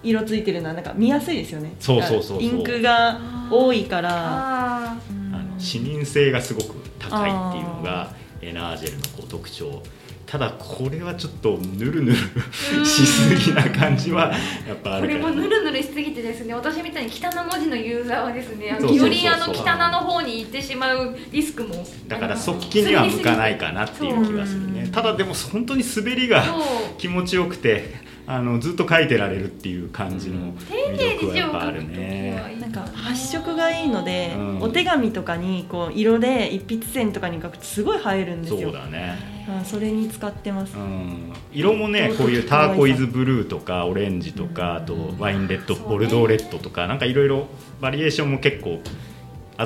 Speaker 4: 色ついてるのはなんか見やすいですよね
Speaker 1: そうそうそうそう
Speaker 4: インクが多いから
Speaker 2: あ
Speaker 1: あの視認性がすごく高いっていうのがエナージェルのこう特徴ただこれはちょっとぬるぬる
Speaker 2: ー
Speaker 1: しすぎな感じはやっぱあ
Speaker 2: こ
Speaker 1: る
Speaker 2: れ
Speaker 1: か
Speaker 2: も
Speaker 1: ら
Speaker 2: ぬるぬるしすぎてですね私みたいに汚文字のユーザーはですねあ
Speaker 1: そうそ
Speaker 2: の
Speaker 1: うそう
Speaker 2: よ
Speaker 1: そう
Speaker 2: りあの汚の方に行ってしまうリスクも
Speaker 1: だから速記には向かないかなっていう気がする
Speaker 4: う
Speaker 1: ね
Speaker 4: ん
Speaker 1: ただでも本当に滑りが
Speaker 2: そう
Speaker 1: 気持ちよくてあのずっと書いてられるっていう感じの魅力はやっぱあるね。
Speaker 4: なんか発色がいいので、
Speaker 1: うん
Speaker 4: お手紙とかにこう色で一筆線とかに描くとすごい映えるんです
Speaker 1: そ
Speaker 4: よ
Speaker 1: うだね、
Speaker 4: うんそれに使ってます、
Speaker 1: うん、色もねこういうターコイズブルーとかオレンジとかあとワインレッドボルドーレッドとかなんかいろいろバリエーションも結構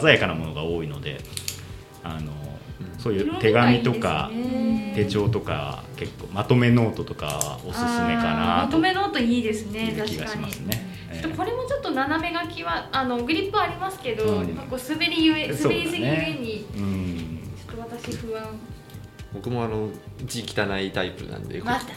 Speaker 1: 鮮やかなものが多いのであのそういう手紙とか手帳とか結構まとめノートとかはお
Speaker 2: お
Speaker 1: すすめかな
Speaker 2: まと
Speaker 1: と
Speaker 2: めノートいいですね
Speaker 1: いう気
Speaker 2: 確
Speaker 1: が
Speaker 2: か
Speaker 1: し
Speaker 2: に
Speaker 1: ますね。え
Speaker 2: ちょっと
Speaker 1: え
Speaker 2: これもちょっと斜め書きはあのグリップはありますけど、
Speaker 1: うん
Speaker 2: やっぱこう滑りゆえ
Speaker 1: そう
Speaker 2: 滑
Speaker 1: だね
Speaker 2: りすぎゆえに
Speaker 1: うん
Speaker 2: ちょっと私不安
Speaker 3: 僕もあの字汚いタイプなんで、
Speaker 2: また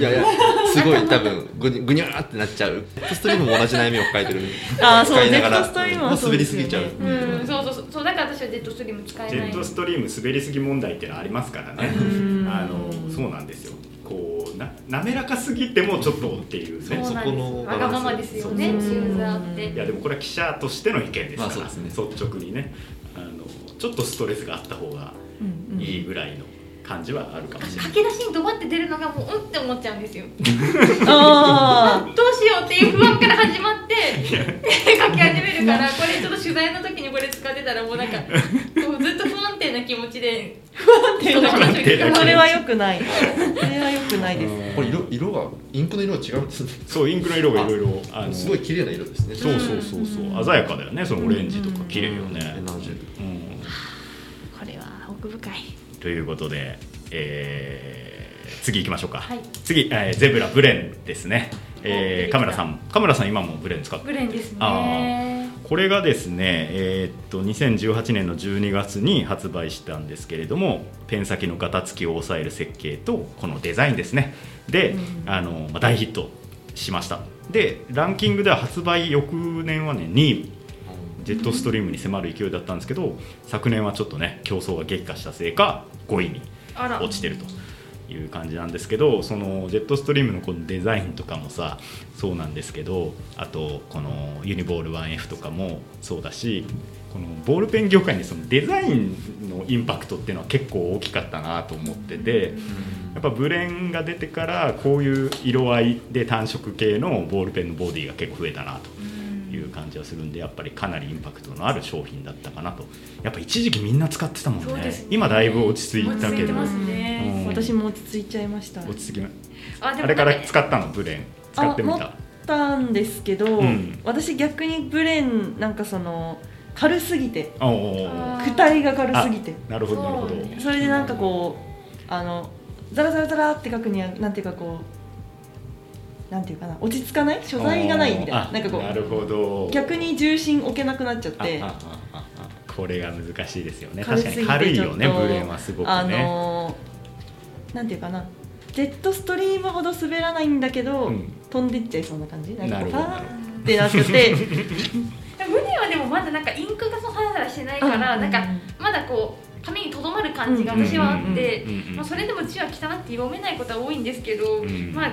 Speaker 3: いやいやすごい多分ぐにぐにゃーってなっちゃうデッドストリームも同じ悩みを抱えてる
Speaker 4: あーそう
Speaker 3: 使いながら
Speaker 4: デッドストリームは
Speaker 3: もう
Speaker 4: そう
Speaker 3: 滑
Speaker 4: で
Speaker 3: り
Speaker 4: す
Speaker 3: す
Speaker 4: よね
Speaker 3: ぎちゃう
Speaker 4: う
Speaker 2: うんそうそうそうそうだから私はジェットストリーム使え
Speaker 1: ジ
Speaker 2: な
Speaker 1: ェ
Speaker 2: い
Speaker 1: ットストリーム滑りすぎ問題っていうのはありますからね
Speaker 4: うん
Speaker 1: あのそうなんですよこうな滑らかすぎてもちょっとっていう
Speaker 2: そう
Speaker 1: ね
Speaker 2: なんです
Speaker 3: そこの
Speaker 2: わがままですよねユ
Speaker 4: そうそうそう
Speaker 2: ーザーっ
Speaker 1: いや
Speaker 2: て
Speaker 1: でもこれは記者としての意見ですから、
Speaker 3: まあそうですね
Speaker 1: 率直にねあのちょっとストレスがあった方が
Speaker 4: うんうん
Speaker 1: いいぐらいの感じはあるかもしれない、
Speaker 2: 書き出しにドバって出るのがもううんって思っちゃうんですよど
Speaker 4: あ
Speaker 2: うししようっていう不安から始まって 絵描き始めるからこれちょっと取材の時にこれ使ってたらもう なんかこうずっと不安定な気持ちで不安
Speaker 1: 定な気持ち
Speaker 4: それは良く ないそれは良くないです
Speaker 3: これ色色がインクの色が違うんですね
Speaker 1: そうインクの色がいろいろあの
Speaker 3: すごい綺麗な色ですね
Speaker 1: そうそうそうそう
Speaker 2: うん
Speaker 1: 鮮やかだよねそのオレンジとか綺麗よね
Speaker 3: エ、ナジェル
Speaker 1: うん、
Speaker 2: これは奥深い
Speaker 1: ということで、えー次行きましょうか、
Speaker 2: はい
Speaker 1: 次、えーゼブラブレンですね、えー、
Speaker 2: お
Speaker 1: カメラさんカメラさん今もブレン使って
Speaker 2: ブレンです
Speaker 1: あ
Speaker 2: ね
Speaker 1: これがですね、えーっと2018年の12月に発売したんですけれどもペン先のガタつきを抑える設計とこのデザインですねで、あのまあ大ヒットしましたでランキングでは発売翌年はね2位ジェットストリームに迫る勢いだったんですけど昨年はちょっとね競争が激化したせいか5位に
Speaker 2: あら
Speaker 1: 落ちてるという感じなんですけどそのジェットストリームのこのデザインとかもさそうなんですけどあとこのユニボール 1F とかもそうだしこのボールペン業界にそのデザインのインパクトっていうのは結構大きかったなと思ってて。やっぱブレンが出てからこういう色合いで単色系のボールペンのボディが結構増えたなという感じはするんでやっぱりかなりインパクトのある商品だったかなとやっぱ一時期みんな使ってたもん
Speaker 2: そう
Speaker 1: ね
Speaker 2: ですね
Speaker 1: 今だいぶ落ち着いた
Speaker 2: 落ち
Speaker 1: け
Speaker 2: 着い
Speaker 1: ど
Speaker 2: てます
Speaker 1: うん
Speaker 2: ね
Speaker 4: 私も落ち着いちゃいました
Speaker 1: 落ち着きな
Speaker 2: あで
Speaker 1: あ
Speaker 2: も
Speaker 1: れ
Speaker 2: な
Speaker 1: か
Speaker 2: ん
Speaker 1: ら使ったのブレン使ってみ
Speaker 4: あ持
Speaker 1: た
Speaker 4: ったんですけど、
Speaker 1: うん
Speaker 4: 私逆にブレンなんかその軽すぎて
Speaker 1: おお
Speaker 2: あ
Speaker 4: 躯体が軽すぎて
Speaker 1: なるほどなるほど
Speaker 2: そうね
Speaker 4: それでなんかこうあのザラザラザラって書くにはなんていうかこうなんていうかな落ち着かない所在がないみたいな
Speaker 1: あ
Speaker 4: なんかこ
Speaker 1: な
Speaker 4: う
Speaker 1: るほど
Speaker 4: 逆に重心置けなくなっちゃっ
Speaker 1: あ
Speaker 4: て
Speaker 1: ああああこれが難しいですよね
Speaker 4: 軽
Speaker 1: 確
Speaker 4: す
Speaker 1: か
Speaker 4: ぎて
Speaker 1: に軽いよね
Speaker 4: ちょっと
Speaker 1: ブレンはすごく
Speaker 4: あ
Speaker 1: ね
Speaker 4: のーなんていうかなジェットストリームほど滑らないんだけど、
Speaker 1: うん
Speaker 4: 飛んでっちゃいそうな感じなんかこうパ
Speaker 1: なるほど
Speaker 4: ーってなっちゃって
Speaker 2: 胸はでもまだなんかインクがそのハラハラしてないから
Speaker 4: うん
Speaker 2: なんかまだこう紙にとどまる感じが私はあって
Speaker 1: うんうんうんうん
Speaker 2: まあそれでも字は汚くて読めないことは多いんですけど
Speaker 1: うん
Speaker 2: まあ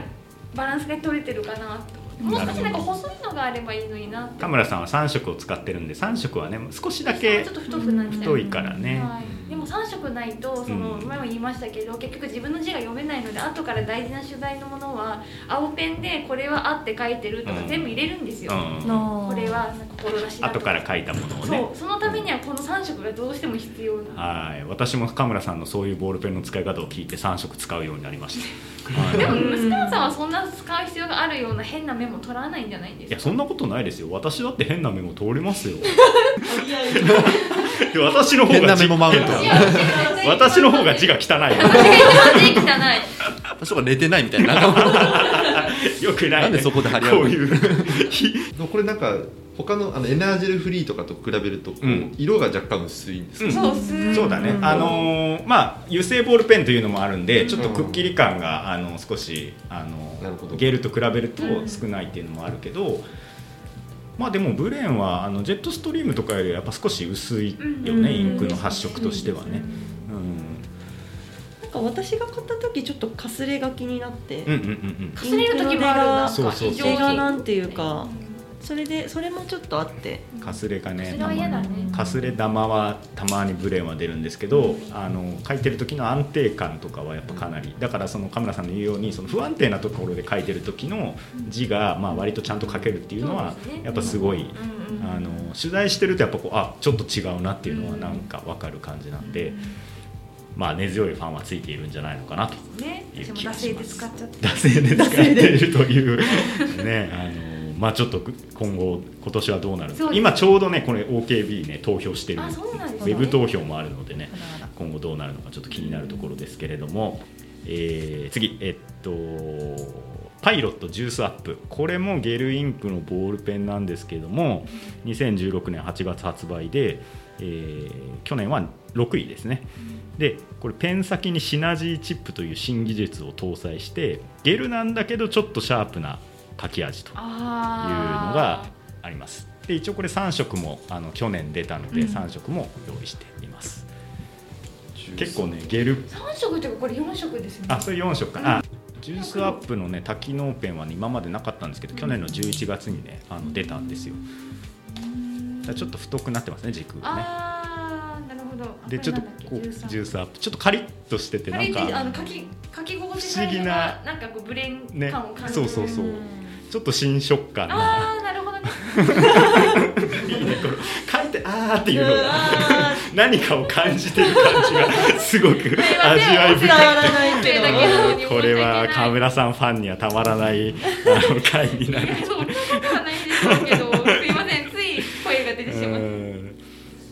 Speaker 2: バランスが取れてるかなともう少しなんか細いのがあればいいのになって
Speaker 1: 田村さんは3色を使ってるんで3色はね少しだけ
Speaker 2: ちょっと太くなっちゃう
Speaker 1: 太いからね、
Speaker 2: はい、でも3色ないとその
Speaker 1: うん
Speaker 2: 前も言いましたけど、結局自分の字が読めないので後から大事な取材のものは青ペンでこれは「あ」って書いてるとか
Speaker 1: うん
Speaker 2: 全部入れるんですよ、
Speaker 1: うん、
Speaker 4: の
Speaker 2: これはなんか志だと
Speaker 1: 後から書いたものをね
Speaker 2: そうそのためにはこの3色がどうしても必要な
Speaker 1: はい私もカムラさんのそういうボールペンの使い方を聞いて3色使うようになりました、はい
Speaker 2: でも息子さんはそんな使う必要があるような変なメモ取らないんじゃないん
Speaker 1: い
Speaker 2: で
Speaker 1: や
Speaker 2: す
Speaker 1: そんなことないですよ私だって変なメモ通りますよ
Speaker 4: いやいや
Speaker 1: で私の方が
Speaker 3: 変なメモマウント
Speaker 2: か
Speaker 1: 変
Speaker 2: い
Speaker 1: な
Speaker 2: や違う
Speaker 1: 私の方が字が汚
Speaker 2: 私の方が字汚い
Speaker 3: そうか寝てないみたい
Speaker 1: い
Speaker 3: な
Speaker 1: よくない、ね、
Speaker 3: なんでそこで張り合う
Speaker 1: こう
Speaker 3: の
Speaker 1: いう
Speaker 3: これなんか他のあのエナージェルフリーとかと比べるとこう、
Speaker 1: うん
Speaker 3: 色が若干薄いんです、
Speaker 1: うん
Speaker 2: そうす ー
Speaker 1: そうだね、
Speaker 4: うん
Speaker 1: あのーまあ油性ボールペンというのもあるんでちょっとくっきり感が、あの少し、あの
Speaker 3: なるほど
Speaker 1: ゲルと比べると
Speaker 2: うん
Speaker 1: 少ないっていうのもあるけど、まあでもブレーンはあのジェットストリームとかよりやっぱ少し薄いよね、
Speaker 2: うん
Speaker 1: インクの発色としてはね。
Speaker 4: なんか私が買った時ちょっとかすれが気になって、
Speaker 1: うんうんうんうん
Speaker 2: かすれる時もあるなんか
Speaker 1: そうそうそう
Speaker 2: 異常
Speaker 1: それが
Speaker 4: なんていうかそれでそれもちょっとあって
Speaker 1: うんかすれがね
Speaker 2: それは嫌だね
Speaker 1: かすれ玉はたまにブレーンは出るんですけどあの書いてる時の安定感とかはやっぱかなりだからそのカメラさんの言うようにその不安定なところで書いてる時の字がまあ割とちゃんと書けるっていうのは
Speaker 2: そうですね
Speaker 1: やっぱすごい、
Speaker 2: うんうん
Speaker 1: あの取材してるとやっぱこうあちょっと違うなっていうのはなんか分かる感じなんで、まあ根強いファンはついているんじゃないのかなと
Speaker 2: ね
Speaker 1: いう
Speaker 2: 私も
Speaker 1: 気
Speaker 2: 惰
Speaker 1: がし
Speaker 2: 性
Speaker 1: ま
Speaker 2: です使っちゃって
Speaker 1: 惰性で使っているというねあのまあちょっと今後今年はどうなる
Speaker 2: そ
Speaker 1: の
Speaker 2: うで
Speaker 1: か
Speaker 2: す
Speaker 1: 今ちょうどねこれ OKB ね投票してる
Speaker 2: あそうなんです
Speaker 1: ウ
Speaker 2: ね
Speaker 1: ェブ投票もあるのでね
Speaker 4: あらあら
Speaker 1: 今後どうなるのかちょっと気になるところですけれども、えー次えっとパイロットジュースアップこれもゲルインクのボールペンなんですけれども2016年8月発売で、えー去年は6位ですねでこれペン先にシナジーチップという新技術を搭載してゲルなんだけどちょっとシャープな書き味という
Speaker 2: あ
Speaker 1: のがありますで一応これ3色もあの去年出たので
Speaker 2: うん
Speaker 1: 3色も用意しています、結構ねゲル
Speaker 2: 3色っていうかこれ4色ですね
Speaker 1: あそれ4色かな、あジュースアップのね多機能ペンは、ね、今までなかったんですけど去年の11月にねあの出たんですよだからちょっと太くなってますね軸がね
Speaker 2: あーなるほど
Speaker 1: でちょっとこうジュースアップちょっとカリッとしてて
Speaker 2: あ
Speaker 1: な
Speaker 2: れ
Speaker 1: ん
Speaker 2: であの
Speaker 1: か
Speaker 2: 書き書き心地が
Speaker 1: 不思議な
Speaker 2: なんかこうブレン感を感じる、
Speaker 1: ねそうそうそう
Speaker 4: うん
Speaker 1: ちょっと新食感な
Speaker 2: ああなるほどね
Speaker 1: いいねこれ書いてあーっていううの
Speaker 4: ん
Speaker 1: が
Speaker 4: あ
Speaker 1: 何かを感じてる感じ がすごく味わい深
Speaker 4: ー伝
Speaker 1: い
Speaker 4: わらないけど
Speaker 2: だけど
Speaker 1: これは河村さんファンにはたまらないあの回になる
Speaker 2: いやそんなことはないですけどすいませんつい声が出てしまって
Speaker 1: うん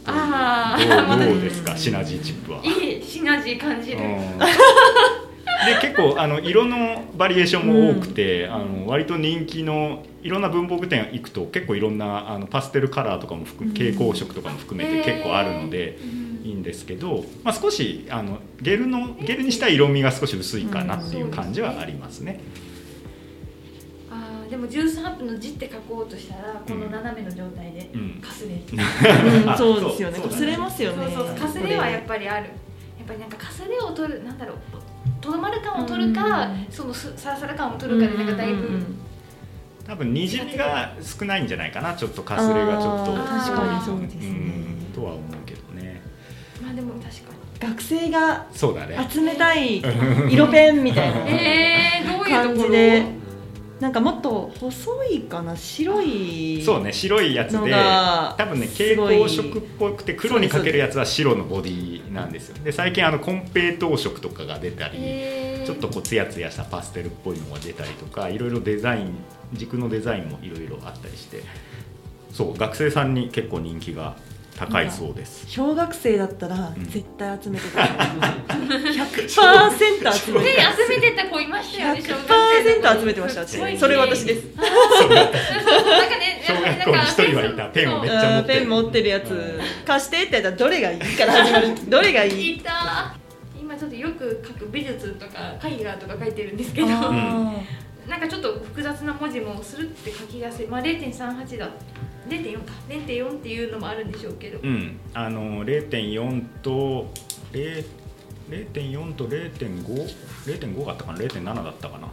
Speaker 2: ああ
Speaker 1: どうどうですかシナジーチップは。
Speaker 2: いいシナジー感じる
Speaker 1: うん で結構あの色のバリエーションも多くて、あの割と人気のいろんな文房具店行くと結構いろんなあのパステルカラーとかも含め蛍光色とかも含めて結構あるので。いいんですけど、まあ、少しあのゲルのゲルにした色味が少し薄いかなっていう感じはありますね。
Speaker 2: あーでも13分の字って書こうとしたらこの斜めの状態で
Speaker 1: うん
Speaker 2: かすれる、
Speaker 4: ーう
Speaker 1: あ
Speaker 4: んそうですよね
Speaker 1: そう
Speaker 4: か
Speaker 1: だ
Speaker 4: すれますよ
Speaker 2: そう
Speaker 4: ね
Speaker 2: そうかすれはやっぱりあるやっぱりなんかかすれを取るなんだろうとどまる感を取るか、
Speaker 4: うん
Speaker 2: そのすサラサラ感を取るかでなんかだいぶ、
Speaker 1: 多分にじみが少ないんじゃないかなちょっとかすれがちょっと
Speaker 4: あー
Speaker 2: 確かにそう
Speaker 4: ですね
Speaker 1: うんとは思うけどね
Speaker 2: まあでも確か
Speaker 4: 学生が
Speaker 1: そうだね
Speaker 4: 集めたい色ペンみたいな
Speaker 2: に えー、どういう
Speaker 4: 感
Speaker 2: とこ
Speaker 4: じ
Speaker 2: ろ
Speaker 4: でなんかもっと細いかな白い
Speaker 1: そうね白いやつ
Speaker 4: の
Speaker 1: で
Speaker 4: が
Speaker 1: 多分ね蛍
Speaker 4: すごい
Speaker 1: 光色っぽくて黒にかけるやつは白のボディなんですよで最近あの金平糖色とかが出たり
Speaker 2: えー、
Speaker 1: ちょっとこうツヤツヤしたパステルっぽいのが出たりとかいろいろデザイン軸のデザインもいろいろあったりしてそう学生さんに結構人気が高いそうです
Speaker 4: 小学生だったら
Speaker 1: うん
Speaker 4: 絶対集めてた、100%集めて
Speaker 2: 手集めてた子いましたよね小学生の
Speaker 4: 100%
Speaker 2: 子
Speaker 4: 集めてました
Speaker 2: すっごい
Speaker 4: 私それ私です
Speaker 2: なんかね
Speaker 1: 小学校に一人はいたペンをめっちゃ持
Speaker 4: う
Speaker 1: っ
Speaker 4: ん
Speaker 1: てる
Speaker 4: ペン持ってるやつ貸してってやったらどれがいいから始ま るどれがいい
Speaker 2: いた今ちょっとよく書く美術とか絵画とか書いてるんですけど
Speaker 1: ー
Speaker 4: あ
Speaker 2: なんかちょっと複雑な文字もするって書きやすいまあ0.38だ0.4か0.4っていうのもあるんでしょうけど、
Speaker 1: うん、あの0.4と0 0.4と0.5 0.5があったかな0.7だったかな、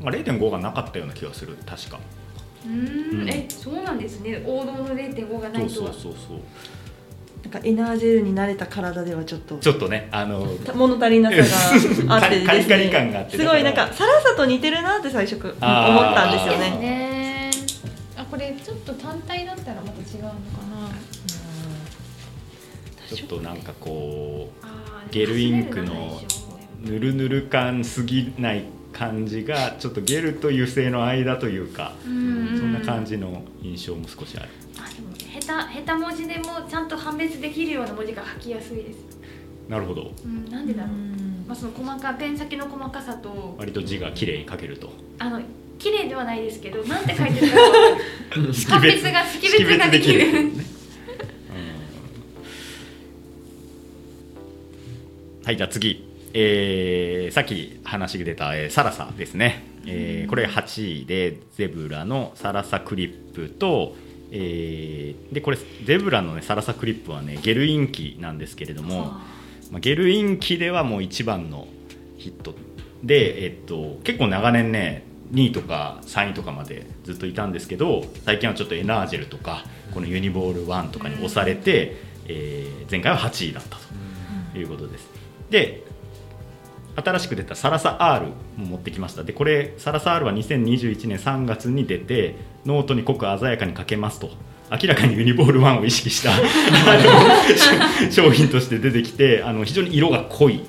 Speaker 1: まあ、0.5がなかったような気がする確か
Speaker 2: うー
Speaker 1: うん
Speaker 2: んえそうなんですね王道の0.5がな
Speaker 1: そ
Speaker 2: いうと
Speaker 1: そう
Speaker 2: は
Speaker 1: そうそう
Speaker 4: ーなんかエナージェルに慣れた体ではちょっと
Speaker 1: ちょっとねあの
Speaker 4: 物足りなさがあってですね
Speaker 1: カリカリ感があって
Speaker 4: すごいなんかサラサと似てるなって最初思ったんですよね
Speaker 5: ねあこれちょっと単体だったらまた違うのかな
Speaker 1: ちょっとなんかこ
Speaker 2: あー
Speaker 1: ゲルインクのうぬるぬる感すぎない感じがちょっとゲルと油性の間というか
Speaker 2: そ
Speaker 1: そん
Speaker 2: ん
Speaker 1: な感じの印象も少しある
Speaker 2: あでも下手下手文字でもちゃんと判別できるような文字が書きやすいです、
Speaker 1: なるほど
Speaker 2: うん、なんでだろう、
Speaker 4: うん
Speaker 2: まあ、その細かペン先の細かさと
Speaker 1: 割と字が綺麗に書けると
Speaker 2: あの綺麗ではないですけどなんて書いてるかわかる判別が識別ができ
Speaker 1: 識別
Speaker 2: る
Speaker 1: ねうんはいじゃあ次、えーさっき話出た、えーサラサですね、えーこれ8位でゼブラのサラサクリップと、えーでこれゼブラの、ね、サラサクリップはねゲルインキなんですけれど も、まあ、ゲルインキではもう一番のヒットで、えっと、結構長年ね2位とか3位とかまでずっといたんですけど最近はちょっとエナージェルとかこのユニボール1とかに押されて、えー前回は8位だったということです。で新しく出たサラサ R も持ってきましたでこれサラサ R は2021年3月に出てノートに濃く鮮やかに書けますと明らかにユニボール1を意識したあの商品として出てきてあの非常に色が濃い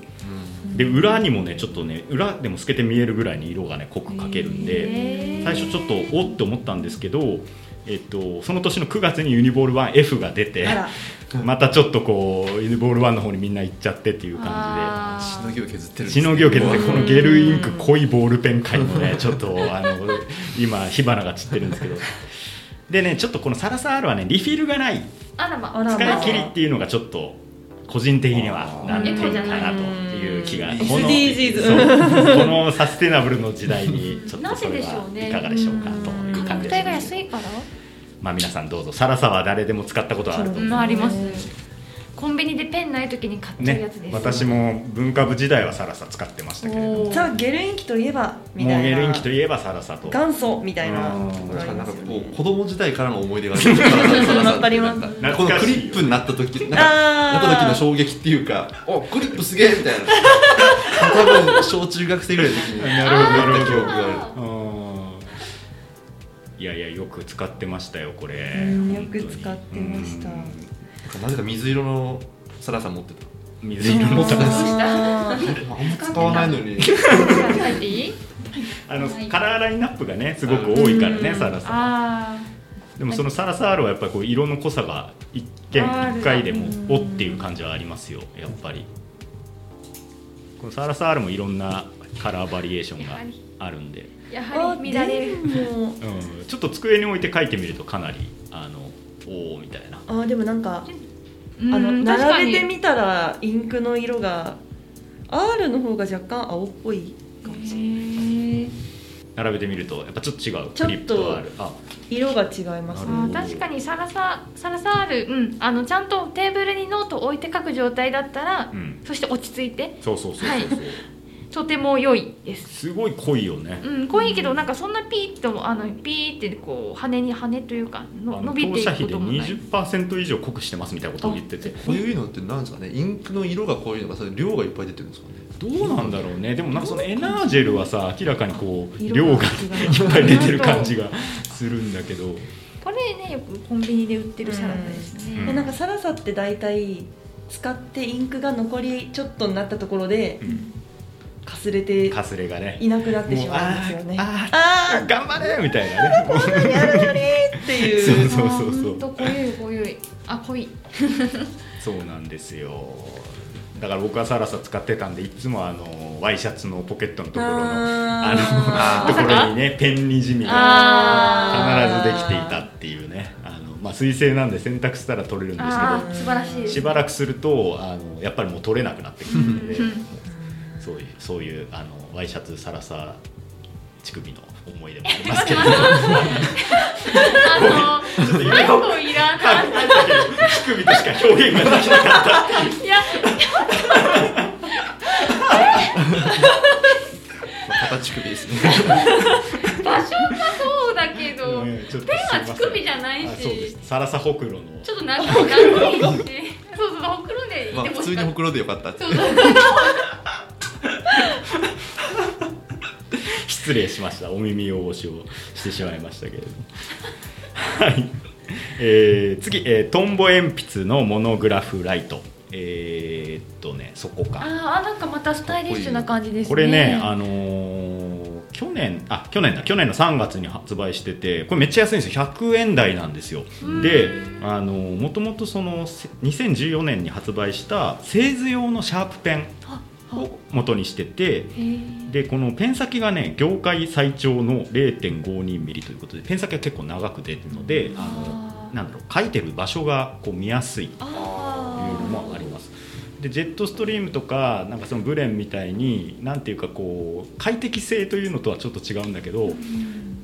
Speaker 1: で裏にもねちょっとね裏でも透けて見えるぐらいに色がね濃く描けるんで
Speaker 2: へー
Speaker 1: 最初ちょっとおって思ったんですけど、えっと、その年の9月にユニボール 1F が出て
Speaker 4: あら
Speaker 1: またちょっとこうユニボール1の方にみんな行っちゃってっていう感
Speaker 2: あ
Speaker 3: し
Speaker 2: ー
Speaker 3: のぎを削って
Speaker 1: じで
Speaker 3: るんです
Speaker 1: し
Speaker 3: ね
Speaker 1: のぎを削ってこのゲルインク濃いボールペン界のねちょっとあの今火花が散ってるんですけどでねちょっとこのサラサ R はねリフィルがない
Speaker 2: あらま
Speaker 4: あらま
Speaker 1: 使い切りっていうのがちょっと個人的にはなんていうかなという気が
Speaker 3: うん
Speaker 1: この
Speaker 4: SDGs
Speaker 1: そうこのサステナブルの時代にちょっとそれはいかがでしょうかという感
Speaker 5: 単
Speaker 1: じで
Speaker 5: 体
Speaker 1: す
Speaker 5: が安いから
Speaker 1: まあ皆さんどうぞサラサは誰でも使ったことはあると
Speaker 4: うん
Speaker 2: まあありますコンビニでペンない時に買っちゃうや
Speaker 1: ね
Speaker 2: つです、
Speaker 1: 私も文化部時代はサラサ使ってましたけれども
Speaker 2: おー
Speaker 4: さあゲルインキといえばみ
Speaker 1: モ
Speaker 4: たいな
Speaker 1: ーゲルインキといえばサラサと
Speaker 4: 元祖みたいな
Speaker 1: うん
Speaker 4: ところあり
Speaker 3: なん
Speaker 4: ま
Speaker 3: か
Speaker 4: す
Speaker 3: こ
Speaker 4: よね
Speaker 3: う子供時代からの思い出があるわ
Speaker 4: かります
Speaker 3: このクリップになった時なん
Speaker 4: あー
Speaker 3: かなった時の衝撃っていうかおクリップすげえみたいな多分小中学生ぐらいの時に
Speaker 1: なるほどなるほど
Speaker 3: 記憶がある
Speaker 1: うんいやいやよく使ってましたよこれ、
Speaker 4: うん
Speaker 1: 本当に
Speaker 4: よく使ってました
Speaker 1: うん
Speaker 3: なぜか水色のサラさん持ってた
Speaker 1: 水色の高さ
Speaker 4: あー
Speaker 3: あんま使わないのに
Speaker 2: 書いていい
Speaker 1: あの
Speaker 2: はい
Speaker 1: カラーラインナップがねすごく多いからね
Speaker 4: うん
Speaker 1: サラさん
Speaker 2: あ
Speaker 1: でもそのサラサールはやっぱりこう色の濃さが一見
Speaker 2: ある
Speaker 1: 一回でも
Speaker 2: うん
Speaker 1: おっていう感じはありますよやっぱりこのサラサールもいろんなカラーバリエーションがあるんで、
Speaker 2: あやはり乱れる
Speaker 4: でも
Speaker 1: うん、ちょっと机に置いて書いてみるとかなりあのおおみたいな
Speaker 4: あーでもなんか
Speaker 2: うん
Speaker 4: あの
Speaker 2: 確か
Speaker 4: 並
Speaker 2: に
Speaker 4: べてみたらインクの色が R の方が若干青っぽいかもしれない
Speaker 2: へー
Speaker 1: 並べてみるとやっぱちょっと違う
Speaker 4: ちょっと
Speaker 1: クリップはあるあ
Speaker 4: 色が違います
Speaker 1: なるほ
Speaker 2: あー
Speaker 1: ど
Speaker 4: ね
Speaker 2: 確かにサラササラサール、うん、あのちゃんとテーブルにノートを置いて書く状態だったら、
Speaker 1: うん
Speaker 2: そして落ち着いて
Speaker 1: そうそうそうそう
Speaker 2: は
Speaker 1: そう
Speaker 2: とても良いです。
Speaker 1: すごい濃いよね
Speaker 2: うん、濃いけどなんかそんなピーッとあのピーってこう羽に羽というかの
Speaker 1: あ
Speaker 2: 伸
Speaker 1: の
Speaker 2: び
Speaker 1: 当
Speaker 2: てい
Speaker 1: 社
Speaker 2: く
Speaker 1: 費
Speaker 2: こ
Speaker 1: で
Speaker 2: ともない。
Speaker 1: 20%以上濃くしてますみたいなことを言ってて
Speaker 3: こういうのってなんですかねインクの色がこういうのがそれ量がいっぱい出てるんですかね
Speaker 1: どうなんだろうねでもなんかそのエナージェルはさ明らかにこう量
Speaker 2: 色
Speaker 1: が
Speaker 2: が
Speaker 1: いっぱい出てる感じがするんだけど
Speaker 2: これねよくコンビニで売ってるサラダです
Speaker 1: う
Speaker 2: ね。
Speaker 4: でなんかサラサって大体使ってインクが残りちょっとになったところでかすれて
Speaker 1: かすれがね
Speaker 4: いなくなって
Speaker 1: も
Speaker 4: し
Speaker 1: う
Speaker 4: まうん
Speaker 1: あ
Speaker 4: ですよ
Speaker 1: ー
Speaker 4: ね
Speaker 1: あ
Speaker 4: あ
Speaker 1: ー頑張れみたいなね
Speaker 4: ー何あるのにって
Speaker 1: そ
Speaker 4: いうう
Speaker 1: そうそうそ
Speaker 2: あーほんと
Speaker 1: う
Speaker 2: 濃い濃いあ濃い。
Speaker 1: そうなんですよだから僕はサラサ使ってたんでいつもあのワイシャツのポケットのところの
Speaker 4: あ
Speaker 1: あの
Speaker 2: ー
Speaker 1: ところに ねペンにじみが
Speaker 2: あ
Speaker 1: 必ずできていたっていうねあの、まあ、水性なんで洗濯したら取れるんですけど
Speaker 2: あー素晴らしいです。
Speaker 1: しばらくするとあのやっぱりもう取れなくなってくるので
Speaker 2: うん
Speaker 1: そういうそういうあのワイシャツサラサ乳首の思い出もありますけど
Speaker 2: あの
Speaker 1: ちょっと今
Speaker 2: 何個いらなかった。
Speaker 1: 乳首としか表現ができなかっ
Speaker 2: いや
Speaker 3: まあ片乳首ですね
Speaker 2: 場所がそうだけ
Speaker 1: た
Speaker 2: ど、
Speaker 1: うんちょっと
Speaker 2: ペンは
Speaker 1: すいません
Speaker 2: 乳首じゃない
Speaker 1: あそうで
Speaker 2: し
Speaker 1: す。サラサほくろの
Speaker 2: ちょっと長 い長いし、そうそうほくろでい
Speaker 3: まあ
Speaker 2: て
Speaker 3: 普
Speaker 2: ほ
Speaker 3: 通
Speaker 2: し
Speaker 3: に
Speaker 2: かっ
Speaker 3: ほ
Speaker 2: た。
Speaker 3: くろでよかったって
Speaker 2: そうそう
Speaker 1: 失礼しましたお耳汚しをしてしまいましたけれどもはい、えー次、えートンボ鉛筆のモノグラフライトえーっとねそこか
Speaker 2: あーあなんかまたスタイリッシュな感じですね。
Speaker 1: これね、あのー去年あ去年だ去年の3月に発売しててこれめっちゃ安いんですよ100円台なんですよ
Speaker 2: うん
Speaker 1: であのーもともとそのせ2014年に発売した製図用のシャープペン
Speaker 2: あ
Speaker 1: を元にしてて
Speaker 2: へー
Speaker 1: でこのペン先がね業界最長の0.52ミリということでペン先が結構長く出てるのであ
Speaker 2: あ
Speaker 1: のなんだろう書いてる場所がこう見やすいというのもあ
Speaker 2: あ
Speaker 1: ります。でジェットストリームとかなんかそのブレンみたいになんていうかこう快適性というのとはちょっと違うんだけど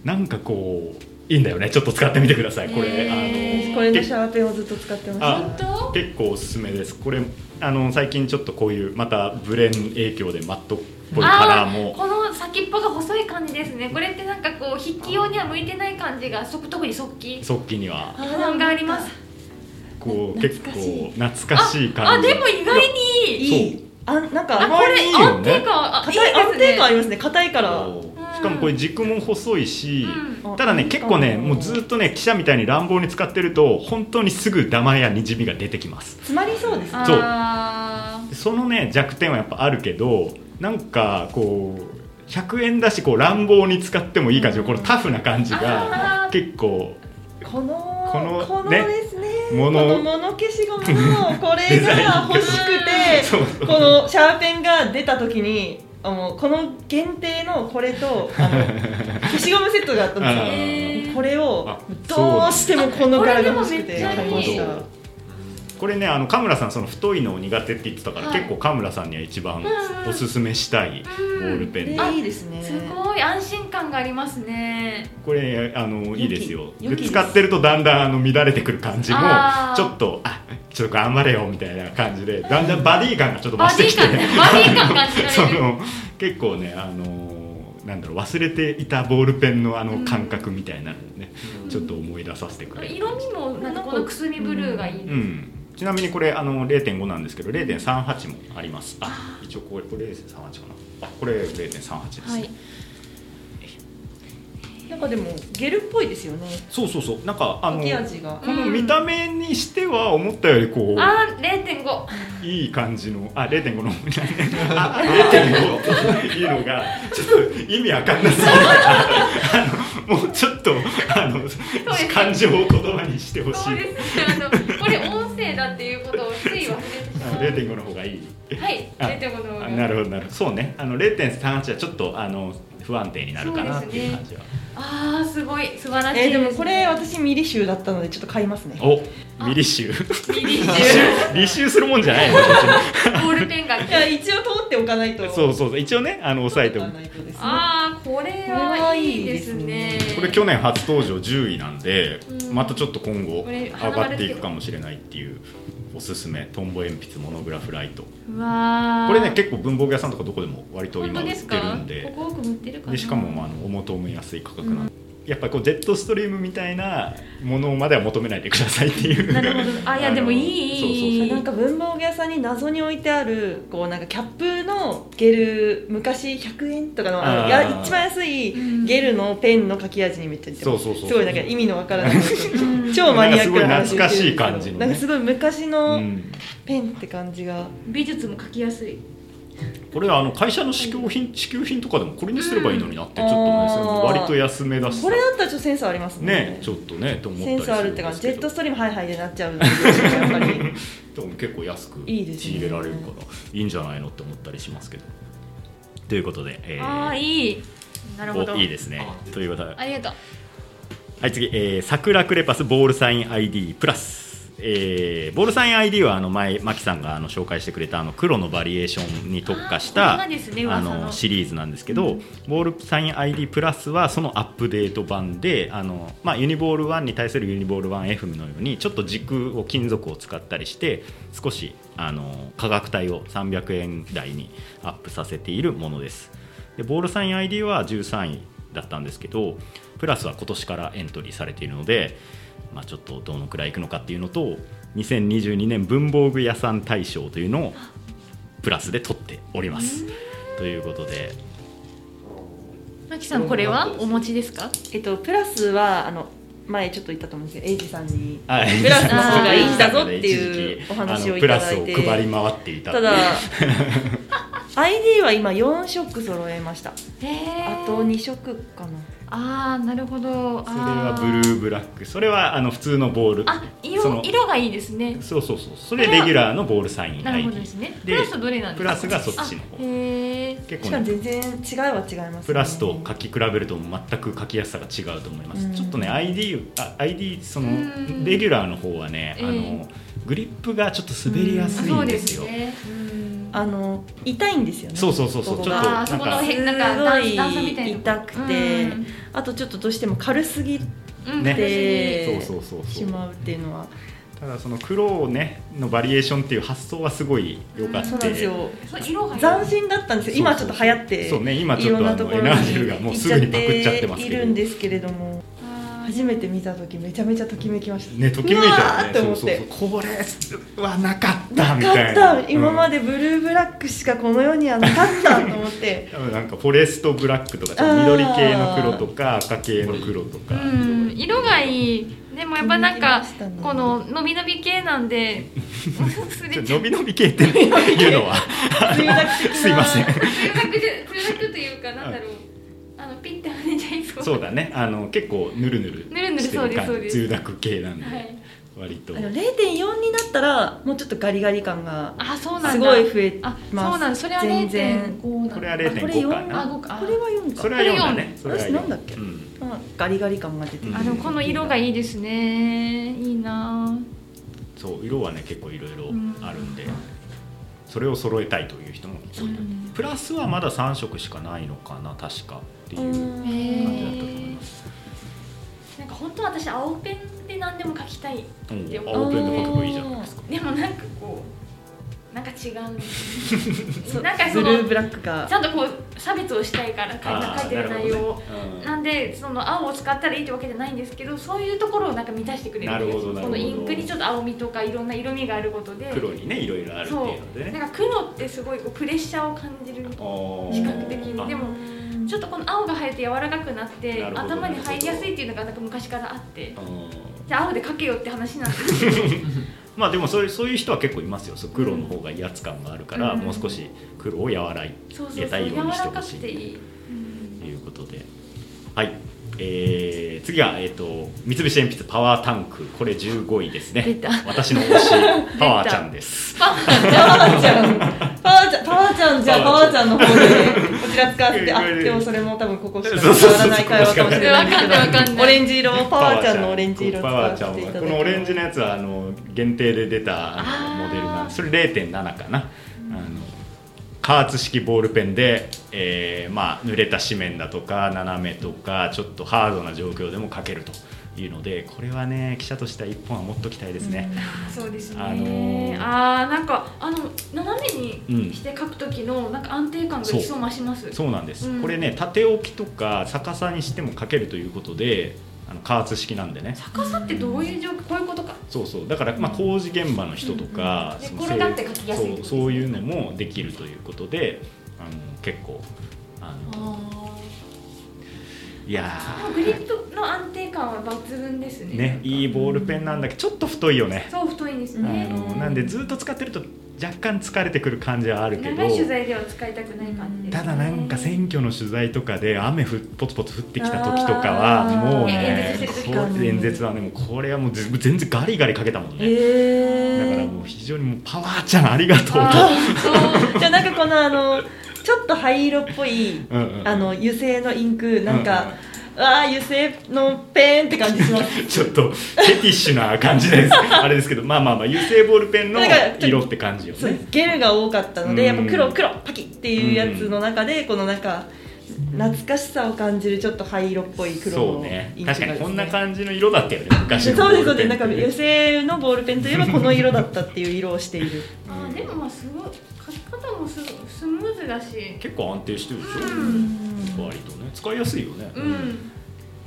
Speaker 1: なんかこういいんだよねちょっと使ってみてくださいこれ、
Speaker 2: へ
Speaker 4: これのシャーペンをずっと使ってまし
Speaker 1: あ
Speaker 4: た
Speaker 1: の
Speaker 2: 本当
Speaker 1: あの結構おすすめですこれあの最近ちょっとこういうまたブレン影響でマットっぽいカラーも
Speaker 2: この先っぽが細い感じですね。これってなんかこう筆記用には向いてない感じが、そ特に速記。
Speaker 1: 速記には
Speaker 2: 批判があります。
Speaker 1: こう
Speaker 4: な
Speaker 1: 結構
Speaker 4: 懐かしい
Speaker 1: 懐かしい
Speaker 2: あ
Speaker 1: 感じ
Speaker 2: でも意外にいい。
Speaker 4: いいあなん
Speaker 2: あ
Speaker 4: か
Speaker 2: これ
Speaker 1: いいよ
Speaker 2: 安
Speaker 1: ね
Speaker 2: 定感あいい
Speaker 4: 硬い安
Speaker 2: です
Speaker 4: 定感あ
Speaker 2: ね。
Speaker 4: りますね硬いから
Speaker 1: そうしかもこれ軸も細いし、
Speaker 2: うん
Speaker 1: ただね結構ねもうずっとね記者みたいに乱暴に使ってると本当にすぐダマやにじみが出てきます
Speaker 4: 詰まりそうですね
Speaker 1: そう
Speaker 2: あ
Speaker 1: そのね弱点はやっぱあるけどなんかこう100円だしこう乱暴に使ってもいい感じのこのタフな感じが
Speaker 2: あー
Speaker 1: 結構
Speaker 4: この
Speaker 1: この
Speaker 4: この
Speaker 1: ね
Speaker 4: ですね
Speaker 1: も
Speaker 4: こ
Speaker 1: の
Speaker 4: の物消しゴムのこれが欲しく
Speaker 1: そう
Speaker 4: てこのシャーペンが出た時にあのこの限定のこれと あの消しゴムセットがあったん
Speaker 2: ー
Speaker 1: あ
Speaker 4: で
Speaker 2: へー
Speaker 4: すよこれを
Speaker 1: あ
Speaker 4: どうしてもこの柄が欲しく
Speaker 2: そ
Speaker 4: て
Speaker 2: うなんだ
Speaker 4: 買いま
Speaker 1: な
Speaker 4: し
Speaker 1: るほ
Speaker 4: た
Speaker 1: どこれねあの神村さんその太いのを苦手って言ってたから、
Speaker 2: はい
Speaker 1: 結構神村さんには一番
Speaker 2: んうん
Speaker 1: おすすめしたいボールペンで
Speaker 4: これいいですね
Speaker 2: すごい安心感がありますね。
Speaker 1: これあのいいですよ
Speaker 4: 良き良きです
Speaker 1: 使ってるとだんだんあの乱れてくる感じも
Speaker 2: あー
Speaker 1: ちょっとあちょっと頑張れよみたいな感じでだんだんバディ感がちょっと増
Speaker 2: バ
Speaker 1: して
Speaker 2: デ
Speaker 1: き
Speaker 2: ィ
Speaker 1: て
Speaker 2: 感ね、バディ感感じ
Speaker 1: そ
Speaker 2: られる。
Speaker 1: の結構ねあのなんだろう忘れていたボールペンのあ
Speaker 2: う
Speaker 1: の
Speaker 2: ん
Speaker 1: 感覚みたいなのをね、
Speaker 3: うん
Speaker 1: ちょっと思い出させてくれる
Speaker 2: 色味もなんかこのくすみブルーがいい。
Speaker 1: うんちなみにこれあの0.5なんですけど0.38もありますあ一応これこれ0.38かなあこれ0.38ですね、
Speaker 2: はい。
Speaker 4: なんかでもゲルっぽいですよね
Speaker 1: そうそうそうなんかあの
Speaker 4: 書き味が
Speaker 1: この見た目にしては思ったよりこう
Speaker 2: あー0.5
Speaker 1: いい感じのあ0.5のあ0.5いいのがちょっと意味わかんなすぎるあのもうちょっとあの
Speaker 2: すね
Speaker 1: 感情を言葉にしてほし
Speaker 2: そう
Speaker 1: い
Speaker 2: ですねあのこれ音声だっていうことをつい忘れてし
Speaker 1: あ
Speaker 2: まう
Speaker 1: 0.5の方がいい
Speaker 2: はい
Speaker 1: あ
Speaker 2: 0.5の
Speaker 1: あなるほどなるほどそうねあの0.38はちょっとあの不安定になるかなっていう感じは、
Speaker 2: ああすごい素晴らしい
Speaker 4: えー、ですもこれ私ミリ集だったのでちょっと買いますね
Speaker 1: おミリ集
Speaker 2: ミ リ
Speaker 1: 履修履修するもんじゃないの別
Speaker 2: ボールペンが
Speaker 4: い や一応通っておかないと
Speaker 1: にそううそうそう一応ねあの押さえて
Speaker 4: お
Speaker 1: も
Speaker 4: かないとですね
Speaker 2: ああこれはいいですね
Speaker 1: これ去年初登場10位なんで、
Speaker 2: うん
Speaker 1: またちょっと今後
Speaker 2: これ
Speaker 1: 上がっていくかもしれないっていうおすすめトンボ鉛筆モノグラフライト
Speaker 2: うわー
Speaker 1: これね結構文房具屋さんとかどこでも割と
Speaker 2: 本
Speaker 1: 今
Speaker 2: 当
Speaker 1: 売
Speaker 2: で
Speaker 1: っ
Speaker 2: す
Speaker 1: てる
Speaker 2: か
Speaker 1: んで
Speaker 2: ここ多く売ってるかな
Speaker 1: でしかもあのお求めやすい価格なんで、やっぱりこうジェットストリームみたいなものまでは求めないでくださいっていう
Speaker 2: なるほどあいや
Speaker 1: の
Speaker 2: でもいい
Speaker 1: そうそうそう
Speaker 2: いい
Speaker 4: なんか文房具屋さんに謎に置いてあるこうなんかキャップのゲル昔100円とかのあの
Speaker 1: あー
Speaker 4: いや一番安いゲルのペンの書き味にめっちゃ似てます
Speaker 1: そうそうそう
Speaker 4: すごいなんか意味のわからない
Speaker 2: うん
Speaker 4: 超マニアックな話を
Speaker 1: なんかすごい懐か
Speaker 4: して
Speaker 1: しい
Speaker 4: るんですけど
Speaker 1: 感じのね
Speaker 4: なんかすごい昔の
Speaker 1: うん
Speaker 4: ペンって感じが、
Speaker 2: 美術も書きやすい
Speaker 1: これはあの会社の支給品支給品とかでもこれにすればいいのになってちょっと思います
Speaker 4: うんあー
Speaker 1: 割と安めだしさ
Speaker 4: これだったらちょっとセンスあります
Speaker 1: ね
Speaker 4: ね
Speaker 1: ちょっとねと思った
Speaker 4: セ
Speaker 1: り
Speaker 4: ン
Speaker 1: す
Speaker 4: スあ
Speaker 1: る
Speaker 4: るっ
Speaker 1: ん
Speaker 4: て
Speaker 1: で
Speaker 4: 感じ
Speaker 1: す
Speaker 4: ジ
Speaker 1: け
Speaker 4: ェ
Speaker 1: ど
Speaker 4: ットストリームハイハイでなっちゃうんですけどやっぱり
Speaker 1: でも結構安く
Speaker 4: いいですね
Speaker 1: 仕入れられるからいいんじゃないのって思ったりしますけどということで、え
Speaker 2: ああいいなるほど
Speaker 1: おいいですねということで
Speaker 2: ありがとう
Speaker 1: はい次、えー、桜クレパスボールサイン ID プラス、えーボールサイン ID はあの前マキさんがあの紹介してくれたあの黒のバリエーションに特化した
Speaker 2: あーこれがですね
Speaker 1: あ
Speaker 2: 噂
Speaker 1: の
Speaker 2: の
Speaker 1: シリーズなんですけど、ボールサイン ID プラスはそのアップデート版であの、まあ、ユニボール1に対するユニボール 1F のようにちょっと軸を金属を使ったりして少しあの価格帯を300円台にアップさせているものですでボールサイン ID は13位だったんですけどプラスは今年からエントリーされているので、まあ、ちょっとどのくらいいくのかっていうのと2022年文房具屋さん大賞というのをプラスで取っております。ということで
Speaker 2: マキさんこれはお持ちですか
Speaker 4: えっとプラスはあの前ちょっと言ったと思うんですけどエイジさんに
Speaker 1: プ
Speaker 4: プラスの
Speaker 2: 方がいいん
Speaker 4: だぞって いうお話をいただいて
Speaker 1: プラスを配り回っていた
Speaker 4: ただ ID は今4色揃えました
Speaker 2: へえ
Speaker 4: あと2色かな
Speaker 2: ああなるほど
Speaker 1: それは
Speaker 2: あ
Speaker 1: ブルーブラックそれはあの普通のボール
Speaker 2: あ
Speaker 1: その
Speaker 2: 色色がいいですね
Speaker 1: そうそうそうそれレギュラーのボールサイン
Speaker 2: なるほ
Speaker 1: ID
Speaker 2: どですね
Speaker 1: で
Speaker 2: プラスどれなんですか
Speaker 1: プラスがそっちの方
Speaker 2: あへえ
Speaker 1: 結
Speaker 4: し
Speaker 1: 構
Speaker 4: かも
Speaker 1: ね
Speaker 4: 全然違いは違います、ね、
Speaker 1: プラスと書き比べると全く書きやすさが違うと思います、
Speaker 4: うん
Speaker 1: ちょっとね ID, あ ID その
Speaker 2: うん
Speaker 1: レギュラーの方はね、あのグリップがちょっと滑りやすい
Speaker 2: そうん
Speaker 1: で
Speaker 2: ですす
Speaker 1: よ、
Speaker 2: ねうん
Speaker 4: あの痛いんですよね
Speaker 1: そうそうそうそう
Speaker 4: ここ
Speaker 1: ちょっと
Speaker 4: が
Speaker 2: あーそこの
Speaker 1: なんか
Speaker 2: へなん
Speaker 4: す
Speaker 2: か
Speaker 4: ご
Speaker 2: 段差みた
Speaker 4: い
Speaker 2: いな
Speaker 4: 痛くて、
Speaker 2: うん
Speaker 4: あとちょっとどうしても軽すぎ
Speaker 2: うん
Speaker 1: ね
Speaker 2: で
Speaker 4: そう
Speaker 1: そうそうそう
Speaker 4: て
Speaker 1: そ
Speaker 4: し
Speaker 1: う
Speaker 4: まうっていうのは
Speaker 1: ただその黒をねのバリエーションっていう発想はすごい良かった
Speaker 4: そうなんですよ
Speaker 2: そう色が
Speaker 4: 斬新だったんですよ今ちょっと流行っ
Speaker 1: そう
Speaker 4: て
Speaker 1: ね今
Speaker 4: い
Speaker 1: ちょ
Speaker 4: ろ
Speaker 1: っ
Speaker 4: ん
Speaker 1: と
Speaker 4: な
Speaker 1: あ
Speaker 4: とこ
Speaker 1: の
Speaker 4: ろ
Speaker 1: エ
Speaker 4: に
Speaker 1: ナージルがもうすぐにパクっちゃってます
Speaker 4: い
Speaker 1: け
Speaker 4: る
Speaker 1: ど
Speaker 4: んですけれども
Speaker 2: あー
Speaker 4: 初めて見た時めちゃめちゃときめきました
Speaker 1: ねときめいた よね
Speaker 4: うわーって思って
Speaker 1: そうそうそうこれはなかったみた
Speaker 4: なか
Speaker 1: い
Speaker 4: っ
Speaker 1: な
Speaker 4: た今ま
Speaker 1: で、
Speaker 4: でブルーブラックしかこの世にはなかったと思って
Speaker 1: うん多分なんかフォレストブラックとかちょっと緑系の黒とか赤系の黒とか、
Speaker 2: うん色がいいでもやっぱなんか
Speaker 4: 気に入りましたね
Speaker 2: こののびのび系な んです
Speaker 1: ちょ
Speaker 2: れ
Speaker 1: っ
Speaker 2: ち
Speaker 1: と
Speaker 2: ゃ
Speaker 1: 伸
Speaker 2: う
Speaker 1: び伸び系っていうのは
Speaker 4: 梅雨だ
Speaker 1: すいません
Speaker 2: 通学で通学というかなんだろうあのピッて跳ねちゃいそう
Speaker 1: そうだねあの結構ぬるぬる
Speaker 2: ぬるぬる
Speaker 1: してる
Speaker 2: そう
Speaker 1: 感
Speaker 2: で
Speaker 1: じ
Speaker 2: すそう
Speaker 1: 通
Speaker 2: です
Speaker 1: 学系なんで、
Speaker 2: はい
Speaker 1: 割と
Speaker 4: あの0.4になったらもうちょっとガリガリ感が
Speaker 2: あそうなんだ
Speaker 4: すごい増え
Speaker 2: あ
Speaker 4: ます
Speaker 2: そうなんだそれは
Speaker 4: 全然
Speaker 2: 0.5なんだ
Speaker 1: これは
Speaker 4: あこれ
Speaker 1: 0.5か
Speaker 4: 4
Speaker 1: な
Speaker 2: あ5かあ
Speaker 4: これは4か
Speaker 1: それは4だね
Speaker 2: これ
Speaker 1: それは4
Speaker 4: 私なんだっけ
Speaker 1: うん
Speaker 4: まあガリガリ感が出て
Speaker 1: うん
Speaker 2: あでもこの色がいいですねいいな
Speaker 1: そう色はね結構いろいろ
Speaker 2: うん
Speaker 1: あるんで、それを揃えたいという人も多いと思う、
Speaker 2: うん
Speaker 1: プラスはまだ3色しかないのかな確かっていうう感
Speaker 4: ん
Speaker 2: へ
Speaker 1: じだっ
Speaker 2: ー
Speaker 1: たと思います、
Speaker 2: なんか本当は私青ペンで何でも描きたい
Speaker 1: うん
Speaker 2: でも
Speaker 1: 青ペンで書けばいいじゃないですか
Speaker 2: でもなんかこうなんか違うんです
Speaker 4: そう
Speaker 2: なんかそ
Speaker 4: ブ
Speaker 2: の
Speaker 4: ルーブラックが
Speaker 2: ちゃんとこう差別をしたいから
Speaker 1: あー
Speaker 2: 書いてる内容を
Speaker 1: な
Speaker 2: な
Speaker 1: るほどね
Speaker 2: んでその青を使ったらいいってわけじゃないんですけどそういうところをなんか満たしてくれる
Speaker 1: なるほどなるほど
Speaker 2: このインクにちょっと青みとかいろんな色味があることで
Speaker 1: うん黒にねいろいろあるっていうので
Speaker 2: そう
Speaker 1: ね
Speaker 2: なんか黒ってすごいこうプレッシャーを感じる
Speaker 1: あー
Speaker 2: 視覚的にで
Speaker 1: あ
Speaker 2: もも
Speaker 4: うん
Speaker 5: ちょっとこの青が生えて柔らかくなって
Speaker 1: なるほど
Speaker 5: 頭に入りやすいっていうのがなんか昔からあって
Speaker 1: あの
Speaker 5: じゃあ青で描けよって話なんですけど
Speaker 1: まあでもそういうそういう人は結構いますよそう黒の方が威圧感があるから、
Speaker 5: うん
Speaker 1: もう少し黒を和らい
Speaker 5: そうそうそ
Speaker 1: げ
Speaker 5: う
Speaker 1: たい
Speaker 5: 柔
Speaker 1: ようにして
Speaker 5: ら
Speaker 1: ほ
Speaker 5: か
Speaker 1: し
Speaker 5: く
Speaker 1: い
Speaker 5: ていい、
Speaker 1: ということではい、えー次が、えー、と三菱鉛筆パワータンクこれ15位ですね
Speaker 2: 出た
Speaker 1: 私の推しパワーちゃんです
Speaker 4: パワーちゃんパワーちゃんパワーちゃんじゃあパワーちゃんの方でこちら使わせてあでもそれも多分ここしか伝わらない会話かもしれないですけ
Speaker 2: そ
Speaker 4: ど
Speaker 2: うそうそうここしかわかんないわかんない
Speaker 4: オレンジ色をパワーちゃんのオレンジ色を
Speaker 1: パ
Speaker 4: 使
Speaker 1: ワー
Speaker 4: わ
Speaker 1: ち
Speaker 4: せ
Speaker 1: ゃん
Speaker 4: ていた
Speaker 1: は
Speaker 4: だ
Speaker 1: こ
Speaker 4: き
Speaker 1: のオレンジの
Speaker 4: ま
Speaker 1: やつはあの限定で出たあの
Speaker 5: あー
Speaker 1: モデルなんでそれ0.7かなあの加圧式ボールペンで、えーまあ、濡れた紙面だとか斜めとかちょっとハードな状況でも書けるというのでこれはね記者としては1本は持っときたいですね、
Speaker 5: そうですね、
Speaker 1: あのー
Speaker 5: あーなんかあの斜めにして描く時のなんか安定感が一層増します、
Speaker 1: そうなんです、
Speaker 5: うん
Speaker 1: これね縦置きとか逆さにしても書けるということであの加圧式なんでね
Speaker 5: 逆さってどういう状況こういうことか
Speaker 1: そうそうだからまあ工事現場の人とか、
Speaker 5: うんうん
Speaker 1: その
Speaker 5: 寝転がって書きやすいってことです
Speaker 1: そう
Speaker 5: ね
Speaker 1: そういうのもできるということであの結構あのいや
Speaker 5: グリップの安定感は抜群ですね
Speaker 1: ーねいいボールペンなんだけどちょっと太いよね、
Speaker 5: そう太いんです
Speaker 1: あ
Speaker 5: ね
Speaker 1: のなんでずっと使ってると若干疲れてくる感じはあるけど
Speaker 5: 長い取材では使いたくない感じです、
Speaker 1: た
Speaker 5: ね、
Speaker 1: だなんか選挙の取材とかで雨ふポツポツ降ってきた時とかは
Speaker 4: あー
Speaker 1: もうね
Speaker 5: 演説して
Speaker 1: こ
Speaker 5: る時
Speaker 4: か
Speaker 1: う演説はねもうこれはもうず全然ガリガリかけたもんね、
Speaker 4: えー
Speaker 1: だからもう非常にもうパワーちゃんありがとうと、
Speaker 4: じゃあなんかこのあのちょっと灰色っぽい
Speaker 1: うんうん
Speaker 4: あの油性のインクなんか、わあ油性のペンって感じします
Speaker 1: ちょっとフェティッシュな感じ ですあれですけどまあまあまあ油性ボールペンの
Speaker 4: なんかちょ
Speaker 1: 色って感じよ
Speaker 4: そう
Speaker 1: ね
Speaker 4: ゲルが多かったのでやっぱ
Speaker 1: う
Speaker 4: 黒
Speaker 1: ん
Speaker 4: 黒パキっていうやつの中でこのなんか懐かしさを感じるちょっと灰色っぽい黒
Speaker 1: そう
Speaker 4: の
Speaker 1: ね
Speaker 4: インクが
Speaker 1: 確かにこんな
Speaker 4: じ
Speaker 1: 感じの色だったよね昔のボ
Speaker 4: そうです
Speaker 1: ー
Speaker 4: そ
Speaker 1: ル
Speaker 4: うで
Speaker 1: ペン
Speaker 4: すなんか油性のボールペンといえばこの色だったっていう色をしている
Speaker 5: あーでもまあすごい書き方もすスムーズだし
Speaker 1: 結構安定してるでしょ、割とね使いやすいよね、
Speaker 5: うん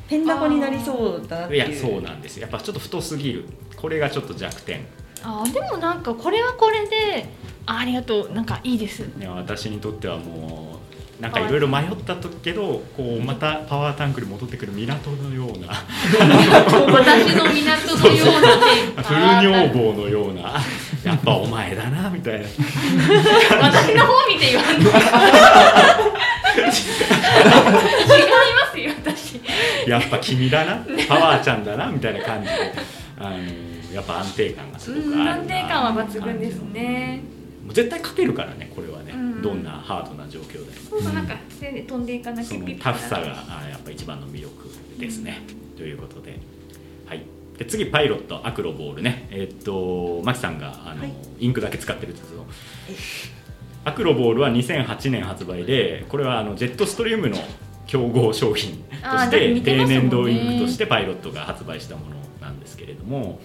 Speaker 4: ペンダコになりそうだなって
Speaker 1: い
Speaker 4: い
Speaker 1: や
Speaker 4: う
Speaker 1: そうなんですよやっぱちょっと太すぎるこれがちょっと弱点
Speaker 2: あーでもなんかこれはこれであありがとうなんかいいです
Speaker 1: いや私にとってはもうなんかいろいろ迷ったとけどこうまたパワータンクに戻ってくる港のよ うな
Speaker 2: 私の港のような天
Speaker 1: プル女房のようなやっぱお前だなみたいな
Speaker 2: 私の方見て言 わんの 違いますよ私
Speaker 1: やっぱ君だなパワーちゃんだなみたいな感じであのやっぱ安定感がすご
Speaker 5: う
Speaker 1: くある
Speaker 5: ん
Speaker 1: な
Speaker 5: 安定感は抜群ですね
Speaker 1: もう絶対勝てるからねこれはね、
Speaker 5: うん
Speaker 1: どんなハードな状況でも
Speaker 5: そうそうなんか線で飛んでいかなき
Speaker 1: そ
Speaker 5: ゃ
Speaker 1: のタフさがあやっぱ一番の魅力ですね。ということで,、はい、で次パイロットアクロボールねえーっとマキさんがあの、
Speaker 4: はい
Speaker 1: インクだけ使ってるって言ってたのアクロボールは2008年発売でこれはあのジェットストリームの競合商品と
Speaker 5: あー
Speaker 1: し
Speaker 5: だって
Speaker 1: て
Speaker 5: 似てま
Speaker 1: 低
Speaker 5: すもんね
Speaker 1: 粘土インクとしてパイロットが発売したものなんですけれども。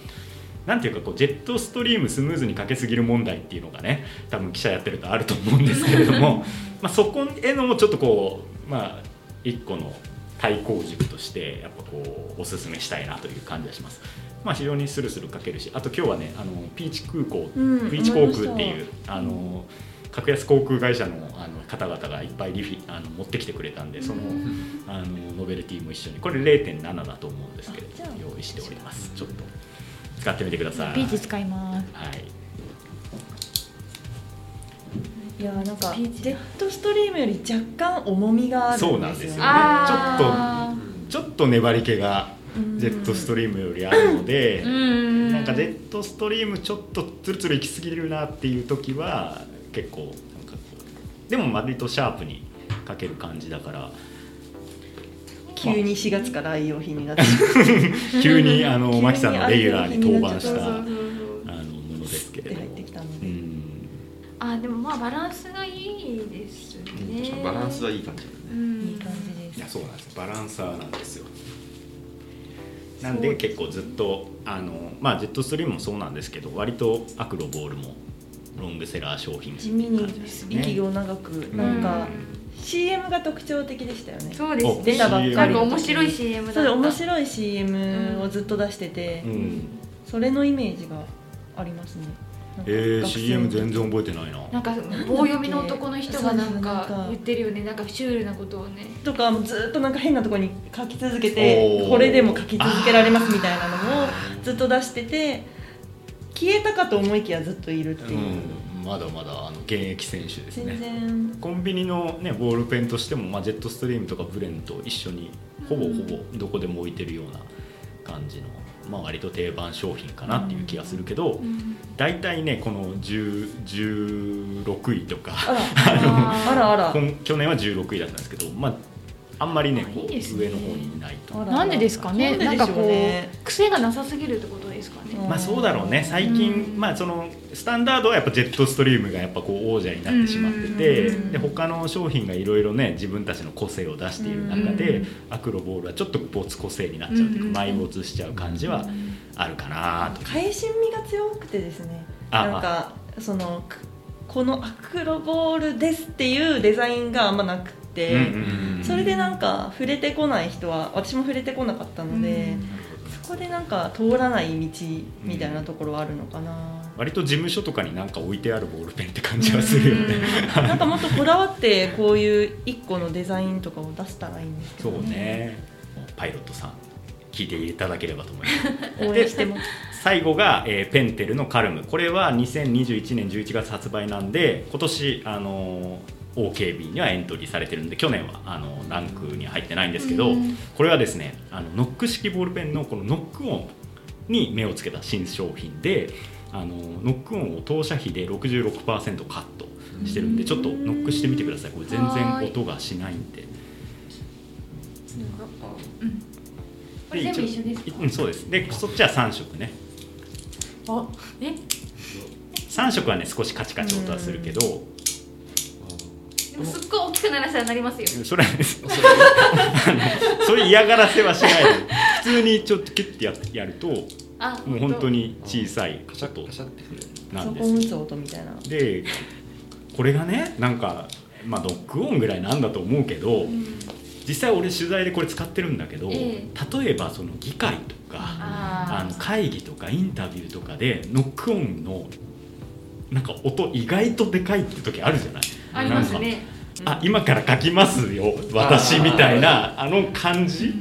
Speaker 1: なんていうかこうジェットストリームスムーズにかけすぎる問題っていうのがね多分記者やってるとあると思うんですけれど もまあそこへのちょっとこうまあ一個の対抗軸としてやっぱこうおすすめしたいなという感じがします。まあ非常にスルスルかけるしあと今日はねあのピーチ空港、
Speaker 4: うん
Speaker 1: ピーチ航空っていうあの格安航空会社のあの方々がいっぱいリフィあの持ってきてくれたんでそのあのノベルティも一緒にこれ0.7だと思うんですけれども用意しておりますちょっと使ってみてください。
Speaker 2: ビーチ使います
Speaker 1: はい
Speaker 4: いやーなんかジェットストリームより若干重みがあるんです
Speaker 1: そ
Speaker 4: よ
Speaker 1: うなんですよね
Speaker 5: あ
Speaker 1: ちょっと粘り気が
Speaker 4: うん
Speaker 1: ジェットストリームよりあるので、
Speaker 2: うん
Speaker 1: なんかジェットストリームちょっとツルツル行き過ぎるなっていう時は結構なんかこうでも割とシャープにかける感じだから
Speaker 4: 急に4月から愛用品になってしまう
Speaker 1: 急にあ
Speaker 4: 急
Speaker 1: の
Speaker 4: に
Speaker 1: マキさんのレギュラーに登板
Speaker 5: ー
Speaker 1: し
Speaker 5: そう
Speaker 1: た
Speaker 5: そう
Speaker 1: あ
Speaker 5: そうそう
Speaker 1: のものですけれど
Speaker 4: 入っ
Speaker 1: も
Speaker 4: てきたの
Speaker 1: う
Speaker 4: で、
Speaker 1: ん
Speaker 5: あーでもまあバランスがいいですね
Speaker 3: バランスはいい感じだ
Speaker 5: う
Speaker 3: ね
Speaker 5: ん
Speaker 4: いい感じです
Speaker 1: いやそうなんですバランサーなんですよなんで結構ずっとあの、まあ、ジェットストリームもそうなんですけど割とアクロボールもロングセラー商品ってい
Speaker 4: 地味
Speaker 1: う感
Speaker 4: に
Speaker 1: じですね
Speaker 4: 息を長く、なんか CM が特徴的でしたよね
Speaker 5: そうです
Speaker 4: 出
Speaker 5: ね
Speaker 4: たばっ
Speaker 5: な
Speaker 4: か
Speaker 5: ん
Speaker 4: り
Speaker 5: か
Speaker 4: の
Speaker 5: 面白い CM だった
Speaker 4: そうで面白い CM をずっと出してて、
Speaker 1: うん
Speaker 4: それのイメージがありますねなんか
Speaker 1: えー、
Speaker 4: 学生
Speaker 1: CM 全然覚えてないな
Speaker 5: なんか棒読みの男の人がなんか言ってるよねなんかシュールなことをね
Speaker 4: とかずっとなんか変なところに書き続けて
Speaker 1: おー
Speaker 4: これでも書き続けられますみたいなのをずっと出してて消えたかと思いきやずっといるっていう、
Speaker 1: うん、まだまだあの現役選手です
Speaker 4: 全
Speaker 1: ね
Speaker 4: 然
Speaker 1: コンビニの、ね、ボールペンとしても、まあ、ジェットストリームとかブレンと一緒にほぼほぼどこでも置いてるような感じの、まあ、割と定番商品かなっていう気がするけど、大体ねこの10 16位とか
Speaker 4: あらあらあらあら
Speaker 1: 今去年は16位だったんですけど、まあ、あんまりね
Speaker 5: あ
Speaker 1: こう
Speaker 5: いいですね
Speaker 1: 上の方にいないと。
Speaker 4: あら
Speaker 6: なんでですかね
Speaker 4: な
Speaker 6: なんん
Speaker 4: で
Speaker 6: か
Speaker 4: でし
Speaker 6: こ
Speaker 4: ょう
Speaker 6: う
Speaker 4: ね
Speaker 5: 癖がなさすぎるってことですかね
Speaker 1: まあそうだろうね最近、
Speaker 5: うん
Speaker 1: まあ、そのスタンダードはやっぱジェットストリームがやっぱこう王者になってしまってて、
Speaker 4: うん
Speaker 1: で他の商品がいろいろね自分たちの個性を出している中で、
Speaker 4: うん
Speaker 1: アクロボールはちょっと没個性になっちゃうというか、
Speaker 5: うん
Speaker 1: 埋没しちゃう感じはあるかなと、
Speaker 4: 返し身が強くてですね
Speaker 1: あ
Speaker 4: なんかそのくこのアクロボールですっていうデザインがあんまなくて、
Speaker 1: うんうんうん
Speaker 4: それでなんか触れてこない人は私も触れてこなかったので、
Speaker 1: なるほどね
Speaker 4: そこでなんか通らない道みたいなところはあるのかな、
Speaker 1: 割と事務所とかになんか置いてあるボールペンって感じはするよね、
Speaker 4: なんかもっとこだわってこういう一個のデザインとかを出したらいいんですけ
Speaker 1: そ
Speaker 4: ど、
Speaker 1: うねパイロットさん聞いていただければと思います
Speaker 4: 応援しても
Speaker 1: 最後が、えーペンテルのカルムこれは2021年11月発売なんで今年あのー OKB にはエントリーされてるんで去年はあのーランクには入ってないんですけど、これはですねあのノック式ボールペンのこのノック音に目をつけた新商品であのーノック音を投射比で66%カットしてるんでちょっとノックしてみてくださいこれ全然音がしないんで
Speaker 5: これ全部一緒ですか
Speaker 1: うん、そうですでそっちは3色ね
Speaker 5: あえ
Speaker 1: 3色はね少しカチカチ音はするけど、
Speaker 5: でもすっごい大きくならしたらなりますよ
Speaker 1: それはねそれあのそれ嫌がらせはしないで普通にちょっとキュッてややるとも
Speaker 5: あ
Speaker 1: う本当に小さい
Speaker 3: カシ
Speaker 1: ちょ
Speaker 3: ャ
Speaker 1: っ
Speaker 3: ッ
Speaker 1: と
Speaker 3: カシャってくる
Speaker 1: な
Speaker 4: そ
Speaker 1: ん
Speaker 4: こ
Speaker 1: で
Speaker 4: を打
Speaker 1: す
Speaker 4: つ音みたいな
Speaker 1: でこれがねなんかまあドッグオンぐらいなんだと思うけど
Speaker 5: うん
Speaker 1: 実際俺取材でこれ使ってるんだけど
Speaker 5: え
Speaker 1: 例えばその議会とかあ
Speaker 5: あ
Speaker 1: の会議とかインタビューとかでノックオンのなんか音意外とでかいって時あるじゃない
Speaker 5: あありますね
Speaker 1: あ今から書きますよ私みたいなあの感じ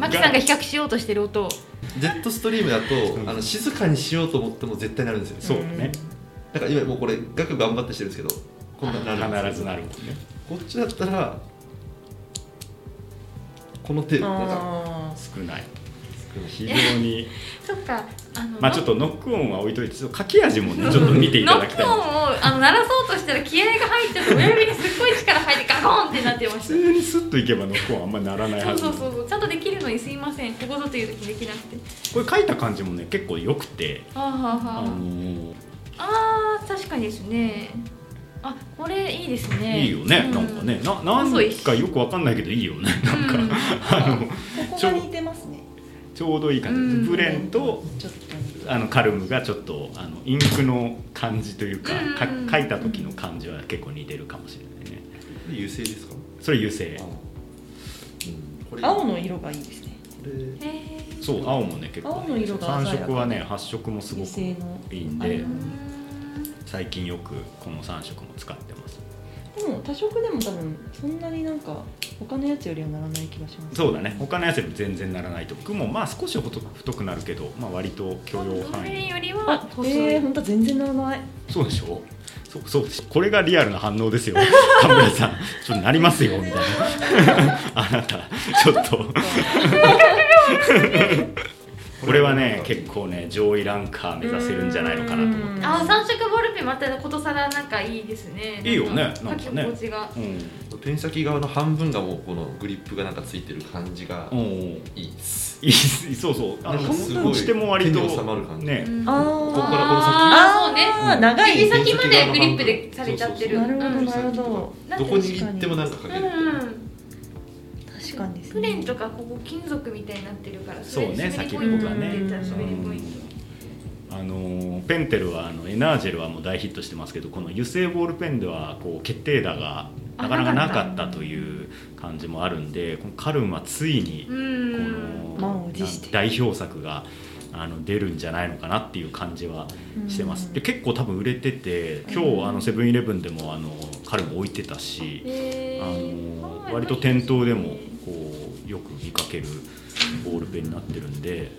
Speaker 5: マキさんが比較しようとしてる音を
Speaker 3: ジェットストリームだ
Speaker 1: うん
Speaker 3: とあの静かにしようと思っても絶対なるんですよ
Speaker 1: そうだね
Speaker 3: だから今もうこれ額頑張ってしてるんですけどこんなになるんで
Speaker 1: 必
Speaker 3: す
Speaker 1: ず
Speaker 3: よ
Speaker 1: なるもんね
Speaker 3: こっちだったらこの手なんか
Speaker 4: あ
Speaker 1: 少ない
Speaker 3: 少ない
Speaker 1: 非常に
Speaker 5: そっかあの
Speaker 1: まあちょっとノックオンは置いといてちょっと書き味もねちょっと見ていた
Speaker 5: ノ
Speaker 1: だ
Speaker 5: ック
Speaker 1: きたい
Speaker 5: オンをあの鳴らそうとしたら気合が入っちゃって親指にすっごい力入ってガコンってなってま
Speaker 1: 普
Speaker 5: し
Speaker 1: 通にスッといけばノックオンあんまならない
Speaker 5: た
Speaker 1: はず
Speaker 5: そうそうそうそうちゃんとできるのにすいませんここぞという時できなくて
Speaker 1: これ書いた感じもね結構良くて
Speaker 5: あーはー
Speaker 1: あ
Speaker 5: は
Speaker 1: の
Speaker 5: ー
Speaker 1: ー
Speaker 5: あー確かにですねあこれいいですね
Speaker 1: いいよね
Speaker 5: う
Speaker 1: なんかねな何かよくわかんないけどいいよねなんか
Speaker 5: うん
Speaker 1: あの
Speaker 4: ーここが似てますね
Speaker 1: ちょうどいい感じ
Speaker 5: うん
Speaker 1: ブレンと
Speaker 4: ちょっと似て
Speaker 1: あのカルムがちょっとあのインクの感じというかか
Speaker 5: うん
Speaker 1: 書いた時の感じは結構似てるかもしれないね
Speaker 3: 優勢ですか
Speaker 1: それ優勢
Speaker 3: これ
Speaker 4: 青の色がいいですね
Speaker 3: これ
Speaker 5: へ
Speaker 1: そう青もね結構
Speaker 4: 青の色が鮮やか
Speaker 1: 3色はね発色もすご
Speaker 4: 女
Speaker 1: く
Speaker 4: 性
Speaker 1: い
Speaker 4: の
Speaker 1: いんで
Speaker 4: あの
Speaker 1: 最近よくこの3色も使ってます
Speaker 4: でも多色でも多分そんなになんか他のやつよりはならない気がします
Speaker 1: そうだね他のやつより全然ならないと僕もまあ少し太く太くなるけど、まあ、割と許容
Speaker 5: ー
Speaker 1: 範
Speaker 5: ブレン
Speaker 1: 囲
Speaker 5: より
Speaker 4: あ
Speaker 5: は細い、
Speaker 4: えー、本当は全然ならない
Speaker 1: そうでしょそうそうですこれがリアルな反応 ですよ田村さんちょっとなりますよみたいなあな たちょっとこれは ね結構ね上位ランカー目指せるんじゃないのかなと思って
Speaker 5: あー三色ボールペンまたことさらなんかいいですね
Speaker 1: いいよね
Speaker 5: なん
Speaker 1: な
Speaker 5: か書
Speaker 1: んか
Speaker 5: き
Speaker 1: ね
Speaker 5: 心地が
Speaker 1: うん
Speaker 3: ペン先側の半分がもうこのグリップがなんかついてる感じが
Speaker 1: おー
Speaker 3: いいです、
Speaker 1: いいっすそうそうあの
Speaker 3: なんかすごい
Speaker 1: 半分しても割と
Speaker 3: 手に収まる感じ
Speaker 1: ね
Speaker 5: うん
Speaker 4: あー
Speaker 3: ここからこの先
Speaker 5: あーそう
Speaker 4: あ
Speaker 5: ね
Speaker 4: ー長い
Speaker 5: 指先までグリップでされちゃってる
Speaker 4: なるほど
Speaker 5: うん
Speaker 4: なるほど
Speaker 5: なん
Speaker 3: ど
Speaker 5: か
Speaker 3: こに行ってもなんかかける、
Speaker 5: うん
Speaker 4: 確かにです
Speaker 5: プレーン
Speaker 4: ね
Speaker 5: とかここ金属みたいになってるから
Speaker 1: そうね
Speaker 5: それ
Speaker 1: 先っ
Speaker 5: 滑り
Speaker 1: ぽ
Speaker 5: ポイント
Speaker 1: がね
Speaker 5: って言ったら滑りポイント
Speaker 1: あのーペンテルはあのエナージェルはもう大ヒットしてますけどこの油性ボールペンではこう決定打がなかなかなかったという感じもあるんでこのカルンはついに
Speaker 5: うん
Speaker 1: この
Speaker 4: 満を持して
Speaker 1: 代表作がああの出るんじゃないのかなっていう感じはしてます、
Speaker 4: うん
Speaker 1: で結構多分売れてて今日あのセブンイレブンでもあの彼も置いてたし、
Speaker 2: え
Speaker 1: あ
Speaker 2: ー
Speaker 1: の
Speaker 2: はい
Speaker 1: 割と店頭でもこうよく見かけるボールペンになってるんで、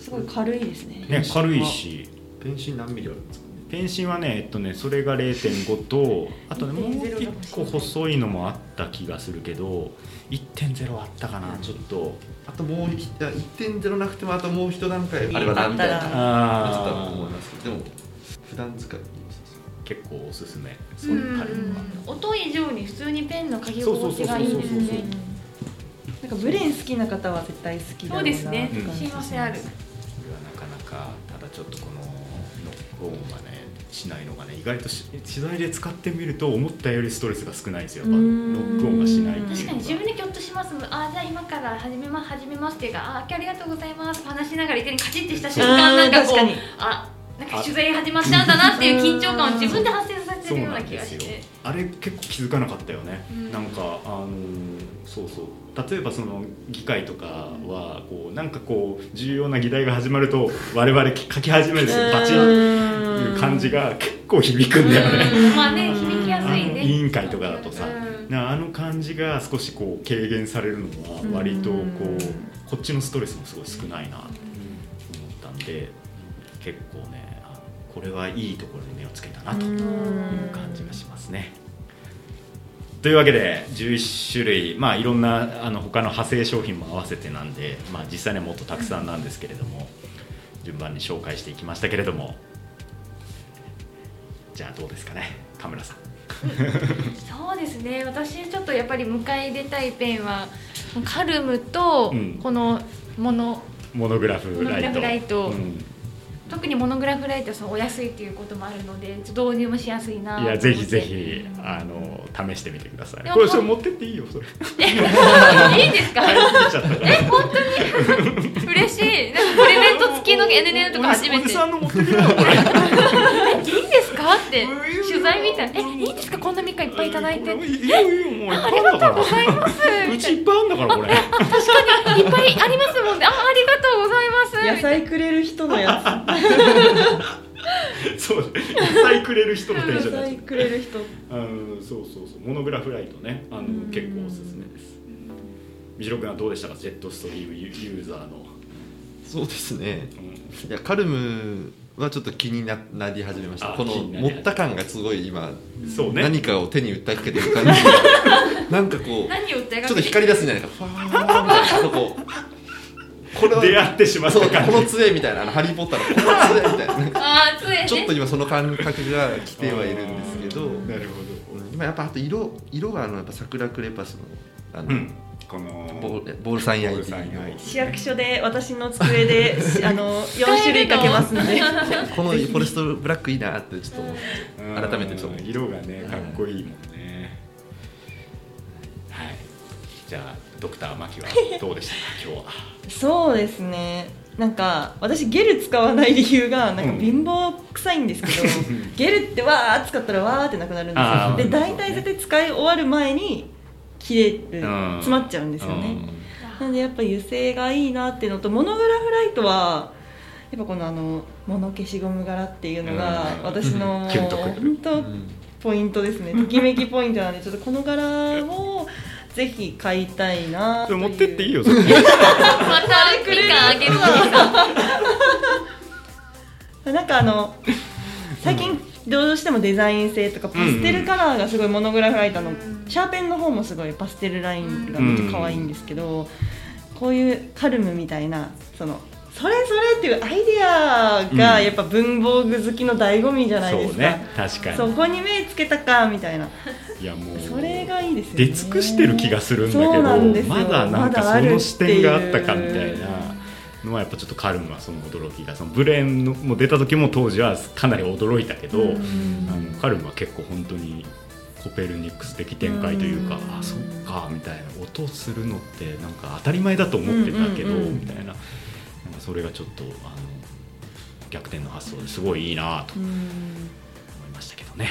Speaker 4: すごい軽いですね
Speaker 1: ね、軽いし
Speaker 3: ペンシル何ミリあるんですか
Speaker 1: ペンシンはねえっとねそれが0.5とあとねもう
Speaker 4: 1.0
Speaker 1: 一個細いのもあった気がするけど1.0あったかなちょっと
Speaker 3: あともう一いや1.0なくてもあともう一段階あればなみたいなちょっと
Speaker 1: あ
Speaker 3: あると思い
Speaker 1: ー
Speaker 3: ますけどでも普段使いに良さそう
Speaker 1: 結構おすすめ
Speaker 2: う
Speaker 1: そ
Speaker 2: ん
Speaker 1: ういう彼のは
Speaker 2: 音以上に普通にペンの書き心地がいいです
Speaker 1: そうそうそう
Speaker 2: ね
Speaker 1: そう
Speaker 4: なんかブレン好きな方は絶対好きだろうなって
Speaker 2: そうですね
Speaker 4: 感じ
Speaker 2: 幸せある
Speaker 1: これはなかなかただちょっとこのノックオンがねしないのがね意外とし取材で使ってみると思ったよりストレスが少ないんですよやっぱ
Speaker 4: う
Speaker 1: ノ
Speaker 4: ん
Speaker 1: ックオンがしないっていうのが
Speaker 2: 確かに自分でキョッとしますもんあーじゃあ今から始めます始めますっていうかあー今日ありがとうございますって話しながら一にカチッてした瞬間
Speaker 4: う
Speaker 2: なんんかこう
Speaker 4: 確かに
Speaker 2: あなんか取材始まったんだなっていう緊張感を自分で発生させて
Speaker 1: そう
Speaker 2: るよう
Speaker 1: な
Speaker 2: なん気
Speaker 1: で
Speaker 2: が
Speaker 1: す
Speaker 2: し
Speaker 1: よ
Speaker 2: て
Speaker 1: あれ結構気づかなかったよね、
Speaker 2: うん
Speaker 1: なんかあのーそうそう例えばその議会とかはこうなんかこう重要な議題が始まると我々書き始めるんですよバチンっていう感じが結構響くんだよね、
Speaker 2: うんまあね響きや
Speaker 1: あ
Speaker 2: すい
Speaker 1: の
Speaker 2: ね
Speaker 1: 委員会とかだとさ
Speaker 2: う ん
Speaker 1: なあの感じが少しこう軽減されるのは割とこ
Speaker 4: う
Speaker 1: う
Speaker 4: ん
Speaker 1: こっちのストレスもすごい少ないなと思ったんで結構ねあのこれはいいところに目をつけたなという感じがしますね。というわけで11種類、まあ、いろんなあの他の派生商品も合わせてなんで、まあ、実際にはもっとたくさんなんですけれども順番に紹介していきましたけれどもじゃあどうですかねカメラさん。
Speaker 2: そうですね私ちょっとやっぱり迎え入れたいペンはカルムと
Speaker 1: うん
Speaker 2: このもの、
Speaker 1: モノグラフライト
Speaker 2: モノグラフライト
Speaker 1: うん
Speaker 2: 特にモノグラフライトはそのお安いっていうこともあるのでちょっと導入もしやすいないと思っ
Speaker 1: や
Speaker 2: て
Speaker 1: ぜひぜひあの試してみてください
Speaker 2: や
Speaker 1: これ
Speaker 2: もう
Speaker 1: それ持ってっていいよそれ
Speaker 2: いいんですか
Speaker 1: 買いすぎちゃったから
Speaker 2: 嬉しいなんかプレゼント付きの NNN とか初め
Speaker 1: お
Speaker 2: て
Speaker 1: じ
Speaker 2: い
Speaker 1: さんの持ってくるのこれ
Speaker 2: いんですかって取材みたいなえいいんですかこんな3日いっぱいいただいて
Speaker 1: これいいよいいよもういっぱいあるんだからうちいっぱいあるんだからこれ
Speaker 2: いっぱいありますもんねあありがとうございます
Speaker 4: 野菜くれる人の や
Speaker 1: そう野菜くれる人の
Speaker 4: つ
Speaker 1: テンショ
Speaker 4: 野
Speaker 1: ンになっち
Speaker 4: 菜
Speaker 1: ゃ
Speaker 4: くれる人
Speaker 1: ううんそうそうそうモノグラフライトねあの
Speaker 4: うん
Speaker 1: 結構おすすめですみじろくんはどうでしたかジェットストリームユーザーの、
Speaker 3: そうですね
Speaker 1: うん
Speaker 3: いやカルムはちょっと気にななり始めました
Speaker 1: あ
Speaker 3: この
Speaker 1: 気になり始め
Speaker 3: 持った感がすごい今、
Speaker 1: そうね
Speaker 3: 何かを手に訴えかけてる 感じがなんかこう
Speaker 2: 何を訴えか
Speaker 3: ちょっと
Speaker 2: け
Speaker 3: 光り出すんじゃないかファーみたいなちょっとこうこれは
Speaker 1: 出会ってしまった
Speaker 3: そう
Speaker 1: 感
Speaker 3: こ
Speaker 1: じ
Speaker 3: の杖みたいなあのハリー・ポッターのこの杖みたいななんか
Speaker 2: ああ杖ね
Speaker 3: ちょっと今その感覚が来てはいるんですけど
Speaker 1: なるほど
Speaker 3: 今やっぱあと色色があのやっぱ桜クレパスのあの、
Speaker 1: うんこの
Speaker 3: ボーボールさんやい
Speaker 1: ボールさん焼いて
Speaker 4: 市役所で私の机でしあの4種類かけますので
Speaker 3: このフォレストブラックいいなってちょっと思って
Speaker 1: うん
Speaker 3: 改めてそう
Speaker 1: 色がねかっこいいもんねはいじゃあドクターマキはどうでしたか今日は
Speaker 4: そうですねなんか私ゲル使わない理由がなんか
Speaker 1: うん
Speaker 4: 貧乏臭い んですけど、ゲルってわーっ使ったらわーってなくなるん
Speaker 1: あー
Speaker 4: ですよで大体絶対使い終わる前に切れる
Speaker 1: うん
Speaker 4: 詰まっちゃうんですよね、なんでやっぱ油性がいいなっていうのとモノグラフライトはやっぱこのあの物消しゴム柄っていうのが
Speaker 1: うん
Speaker 4: 私のもう
Speaker 1: キュンとくる
Speaker 4: 本当ポイントですねときめきポイントなんでちょっとこの柄をぜひ買いたいな
Speaker 1: それ
Speaker 4: いう
Speaker 1: 持ってっていいよそれは
Speaker 2: またみかんあげるの
Speaker 4: なんかあの最近どうしてもデザイン性とかパステルカラーがすごいモノグラフライターのシャーペンの方もすごいパステルラインがめっちゃ可愛いんですけどこういうカルムみたいなそのそれそれっていうアイデアが
Speaker 1: うん
Speaker 4: やっぱ文房具好きの醍醐味じゃないです
Speaker 1: そう
Speaker 4: か、
Speaker 1: ね確か
Speaker 4: そ
Speaker 1: に
Speaker 4: こに目つけたかみたいない
Speaker 1: やもう
Speaker 4: それがいいですよね
Speaker 1: 出尽くしてる気がするんだけ
Speaker 4: そう
Speaker 1: ど
Speaker 4: なんですよ
Speaker 1: まだなんか
Speaker 4: まだ
Speaker 1: そ
Speaker 4: あるっていう
Speaker 1: の視点があったかみたいなのはやっぱちょっとカルムはその驚きがそのブレーンのもう出た時も当時はかなり驚いたけど、あのカルムは結構本当にコペルニクス的展開というか、
Speaker 4: うん
Speaker 1: あそっかみたいな音するのってなんか当たり前だと思ってたけど、
Speaker 4: うんうんうん
Speaker 1: みたいななんかそれがちょっとあの逆転の発想ですごいいいなと
Speaker 4: う
Speaker 1: 思
Speaker 4: ん
Speaker 1: いましたけどね。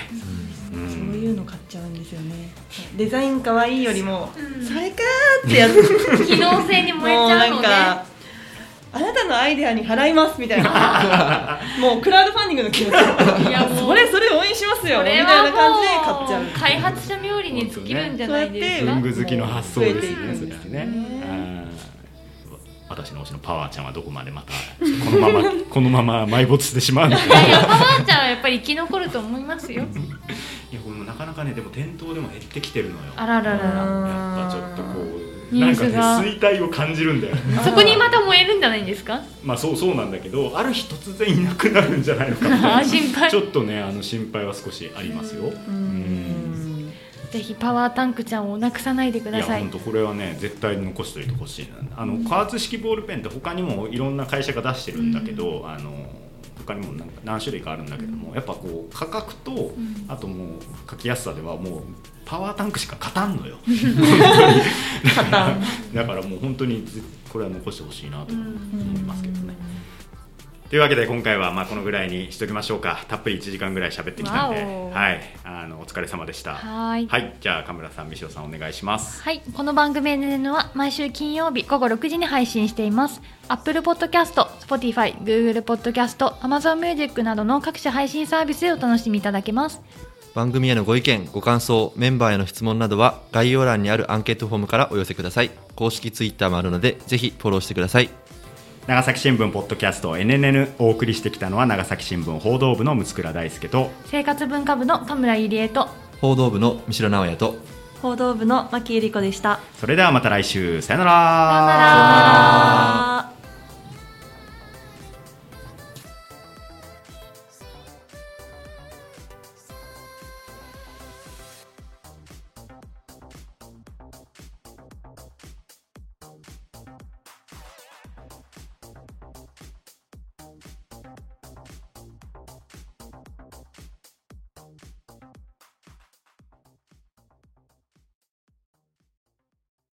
Speaker 1: う
Speaker 4: そうんいうの買っちゃうんですよねデザイン可愛いよりも
Speaker 2: うん
Speaker 4: それかーってやつ
Speaker 2: 機能性に燃えちゃうの
Speaker 4: もうなん
Speaker 2: ね
Speaker 4: かあなたたのアイデアに払いますみたいな もうクラウドファンディングの気持ち
Speaker 2: いやもう
Speaker 4: それそれ応援しますよ
Speaker 2: こ
Speaker 4: みた
Speaker 2: れ
Speaker 4: い
Speaker 2: は
Speaker 4: な感じで買っちゃう
Speaker 2: もう開発者冥利に尽きるんじゃないです
Speaker 4: そうや
Speaker 2: か
Speaker 4: っ
Speaker 1: 文
Speaker 4: て
Speaker 1: 具好きの発想ですね
Speaker 4: 増えていくんです
Speaker 1: そ
Speaker 4: ね
Speaker 1: れはねうん私の推しのパワーちゃんはどこまでまたこのまま このまま埋没してしまうのか
Speaker 2: いやいやパワーちゃんはやっぱり生き残ると思いますよ
Speaker 1: いやこれもなかなかねでも店頭でも減ってきてるのよ
Speaker 2: あらららら
Speaker 1: やっぱちょっとこう
Speaker 2: ニ
Speaker 1: なん
Speaker 2: ー
Speaker 1: か
Speaker 2: ズ
Speaker 1: ね
Speaker 2: が
Speaker 1: 衰退を感じるんだよね
Speaker 2: そこにまた燃えるんじゃないんですか
Speaker 1: まあそうそうなんだけどある日突然いなくなるんじゃないのかみ たいな
Speaker 2: あ心配
Speaker 1: ちょっとねあの心配は少しありますよ
Speaker 4: う
Speaker 1: うん
Speaker 4: ん
Speaker 2: ぜひパワータンクちゃんをなくさないでく
Speaker 1: い
Speaker 2: だ
Speaker 1: や
Speaker 2: さい
Speaker 1: 本当これはね絶対残しておいてほしいなあの加圧式ボールペンって他にもいろんな会社が出してるんだけど、あの他にもなんか何種類かあるんだけども、やっぱこう価格と、
Speaker 2: ん
Speaker 1: あともう書きやすさではもうパワータンクしか勝たんのよ
Speaker 4: 買ったん
Speaker 1: だからもう本当にぜこれは残してほしいなと
Speaker 2: うん
Speaker 1: 思いますけどね。というわけで今回はまあこのぐらいにしときましょうかたっぷり1時間ぐらい喋ってきたんで、
Speaker 2: わお
Speaker 1: はい、あのお疲れ様でした。
Speaker 2: はーい
Speaker 1: はい、じゃあ神村さん、三代さんお願いします。
Speaker 2: はい、この番組 NN は毎週金曜日午後6時に配信しています。Apple Podcast、Spotify、Google Podcast、Amazon Music などの各種配信サービスでお楽しみいただけます。
Speaker 3: 番組へのご意見ご感想メンバーへの質問などは概要欄にあるアンケートフォームからお寄せください公式ツイッターもあるのでぜひフォローしてください
Speaker 1: 長崎新聞ポッドキャスト NNN お送りしてきたのは長崎新聞報道部の六倉大輔と
Speaker 2: 生活文化部の田村入江と、
Speaker 3: 報道部の三代直也と
Speaker 4: 報道部の牧恵理子でした
Speaker 1: それではまた来週さよなら
Speaker 2: さよなら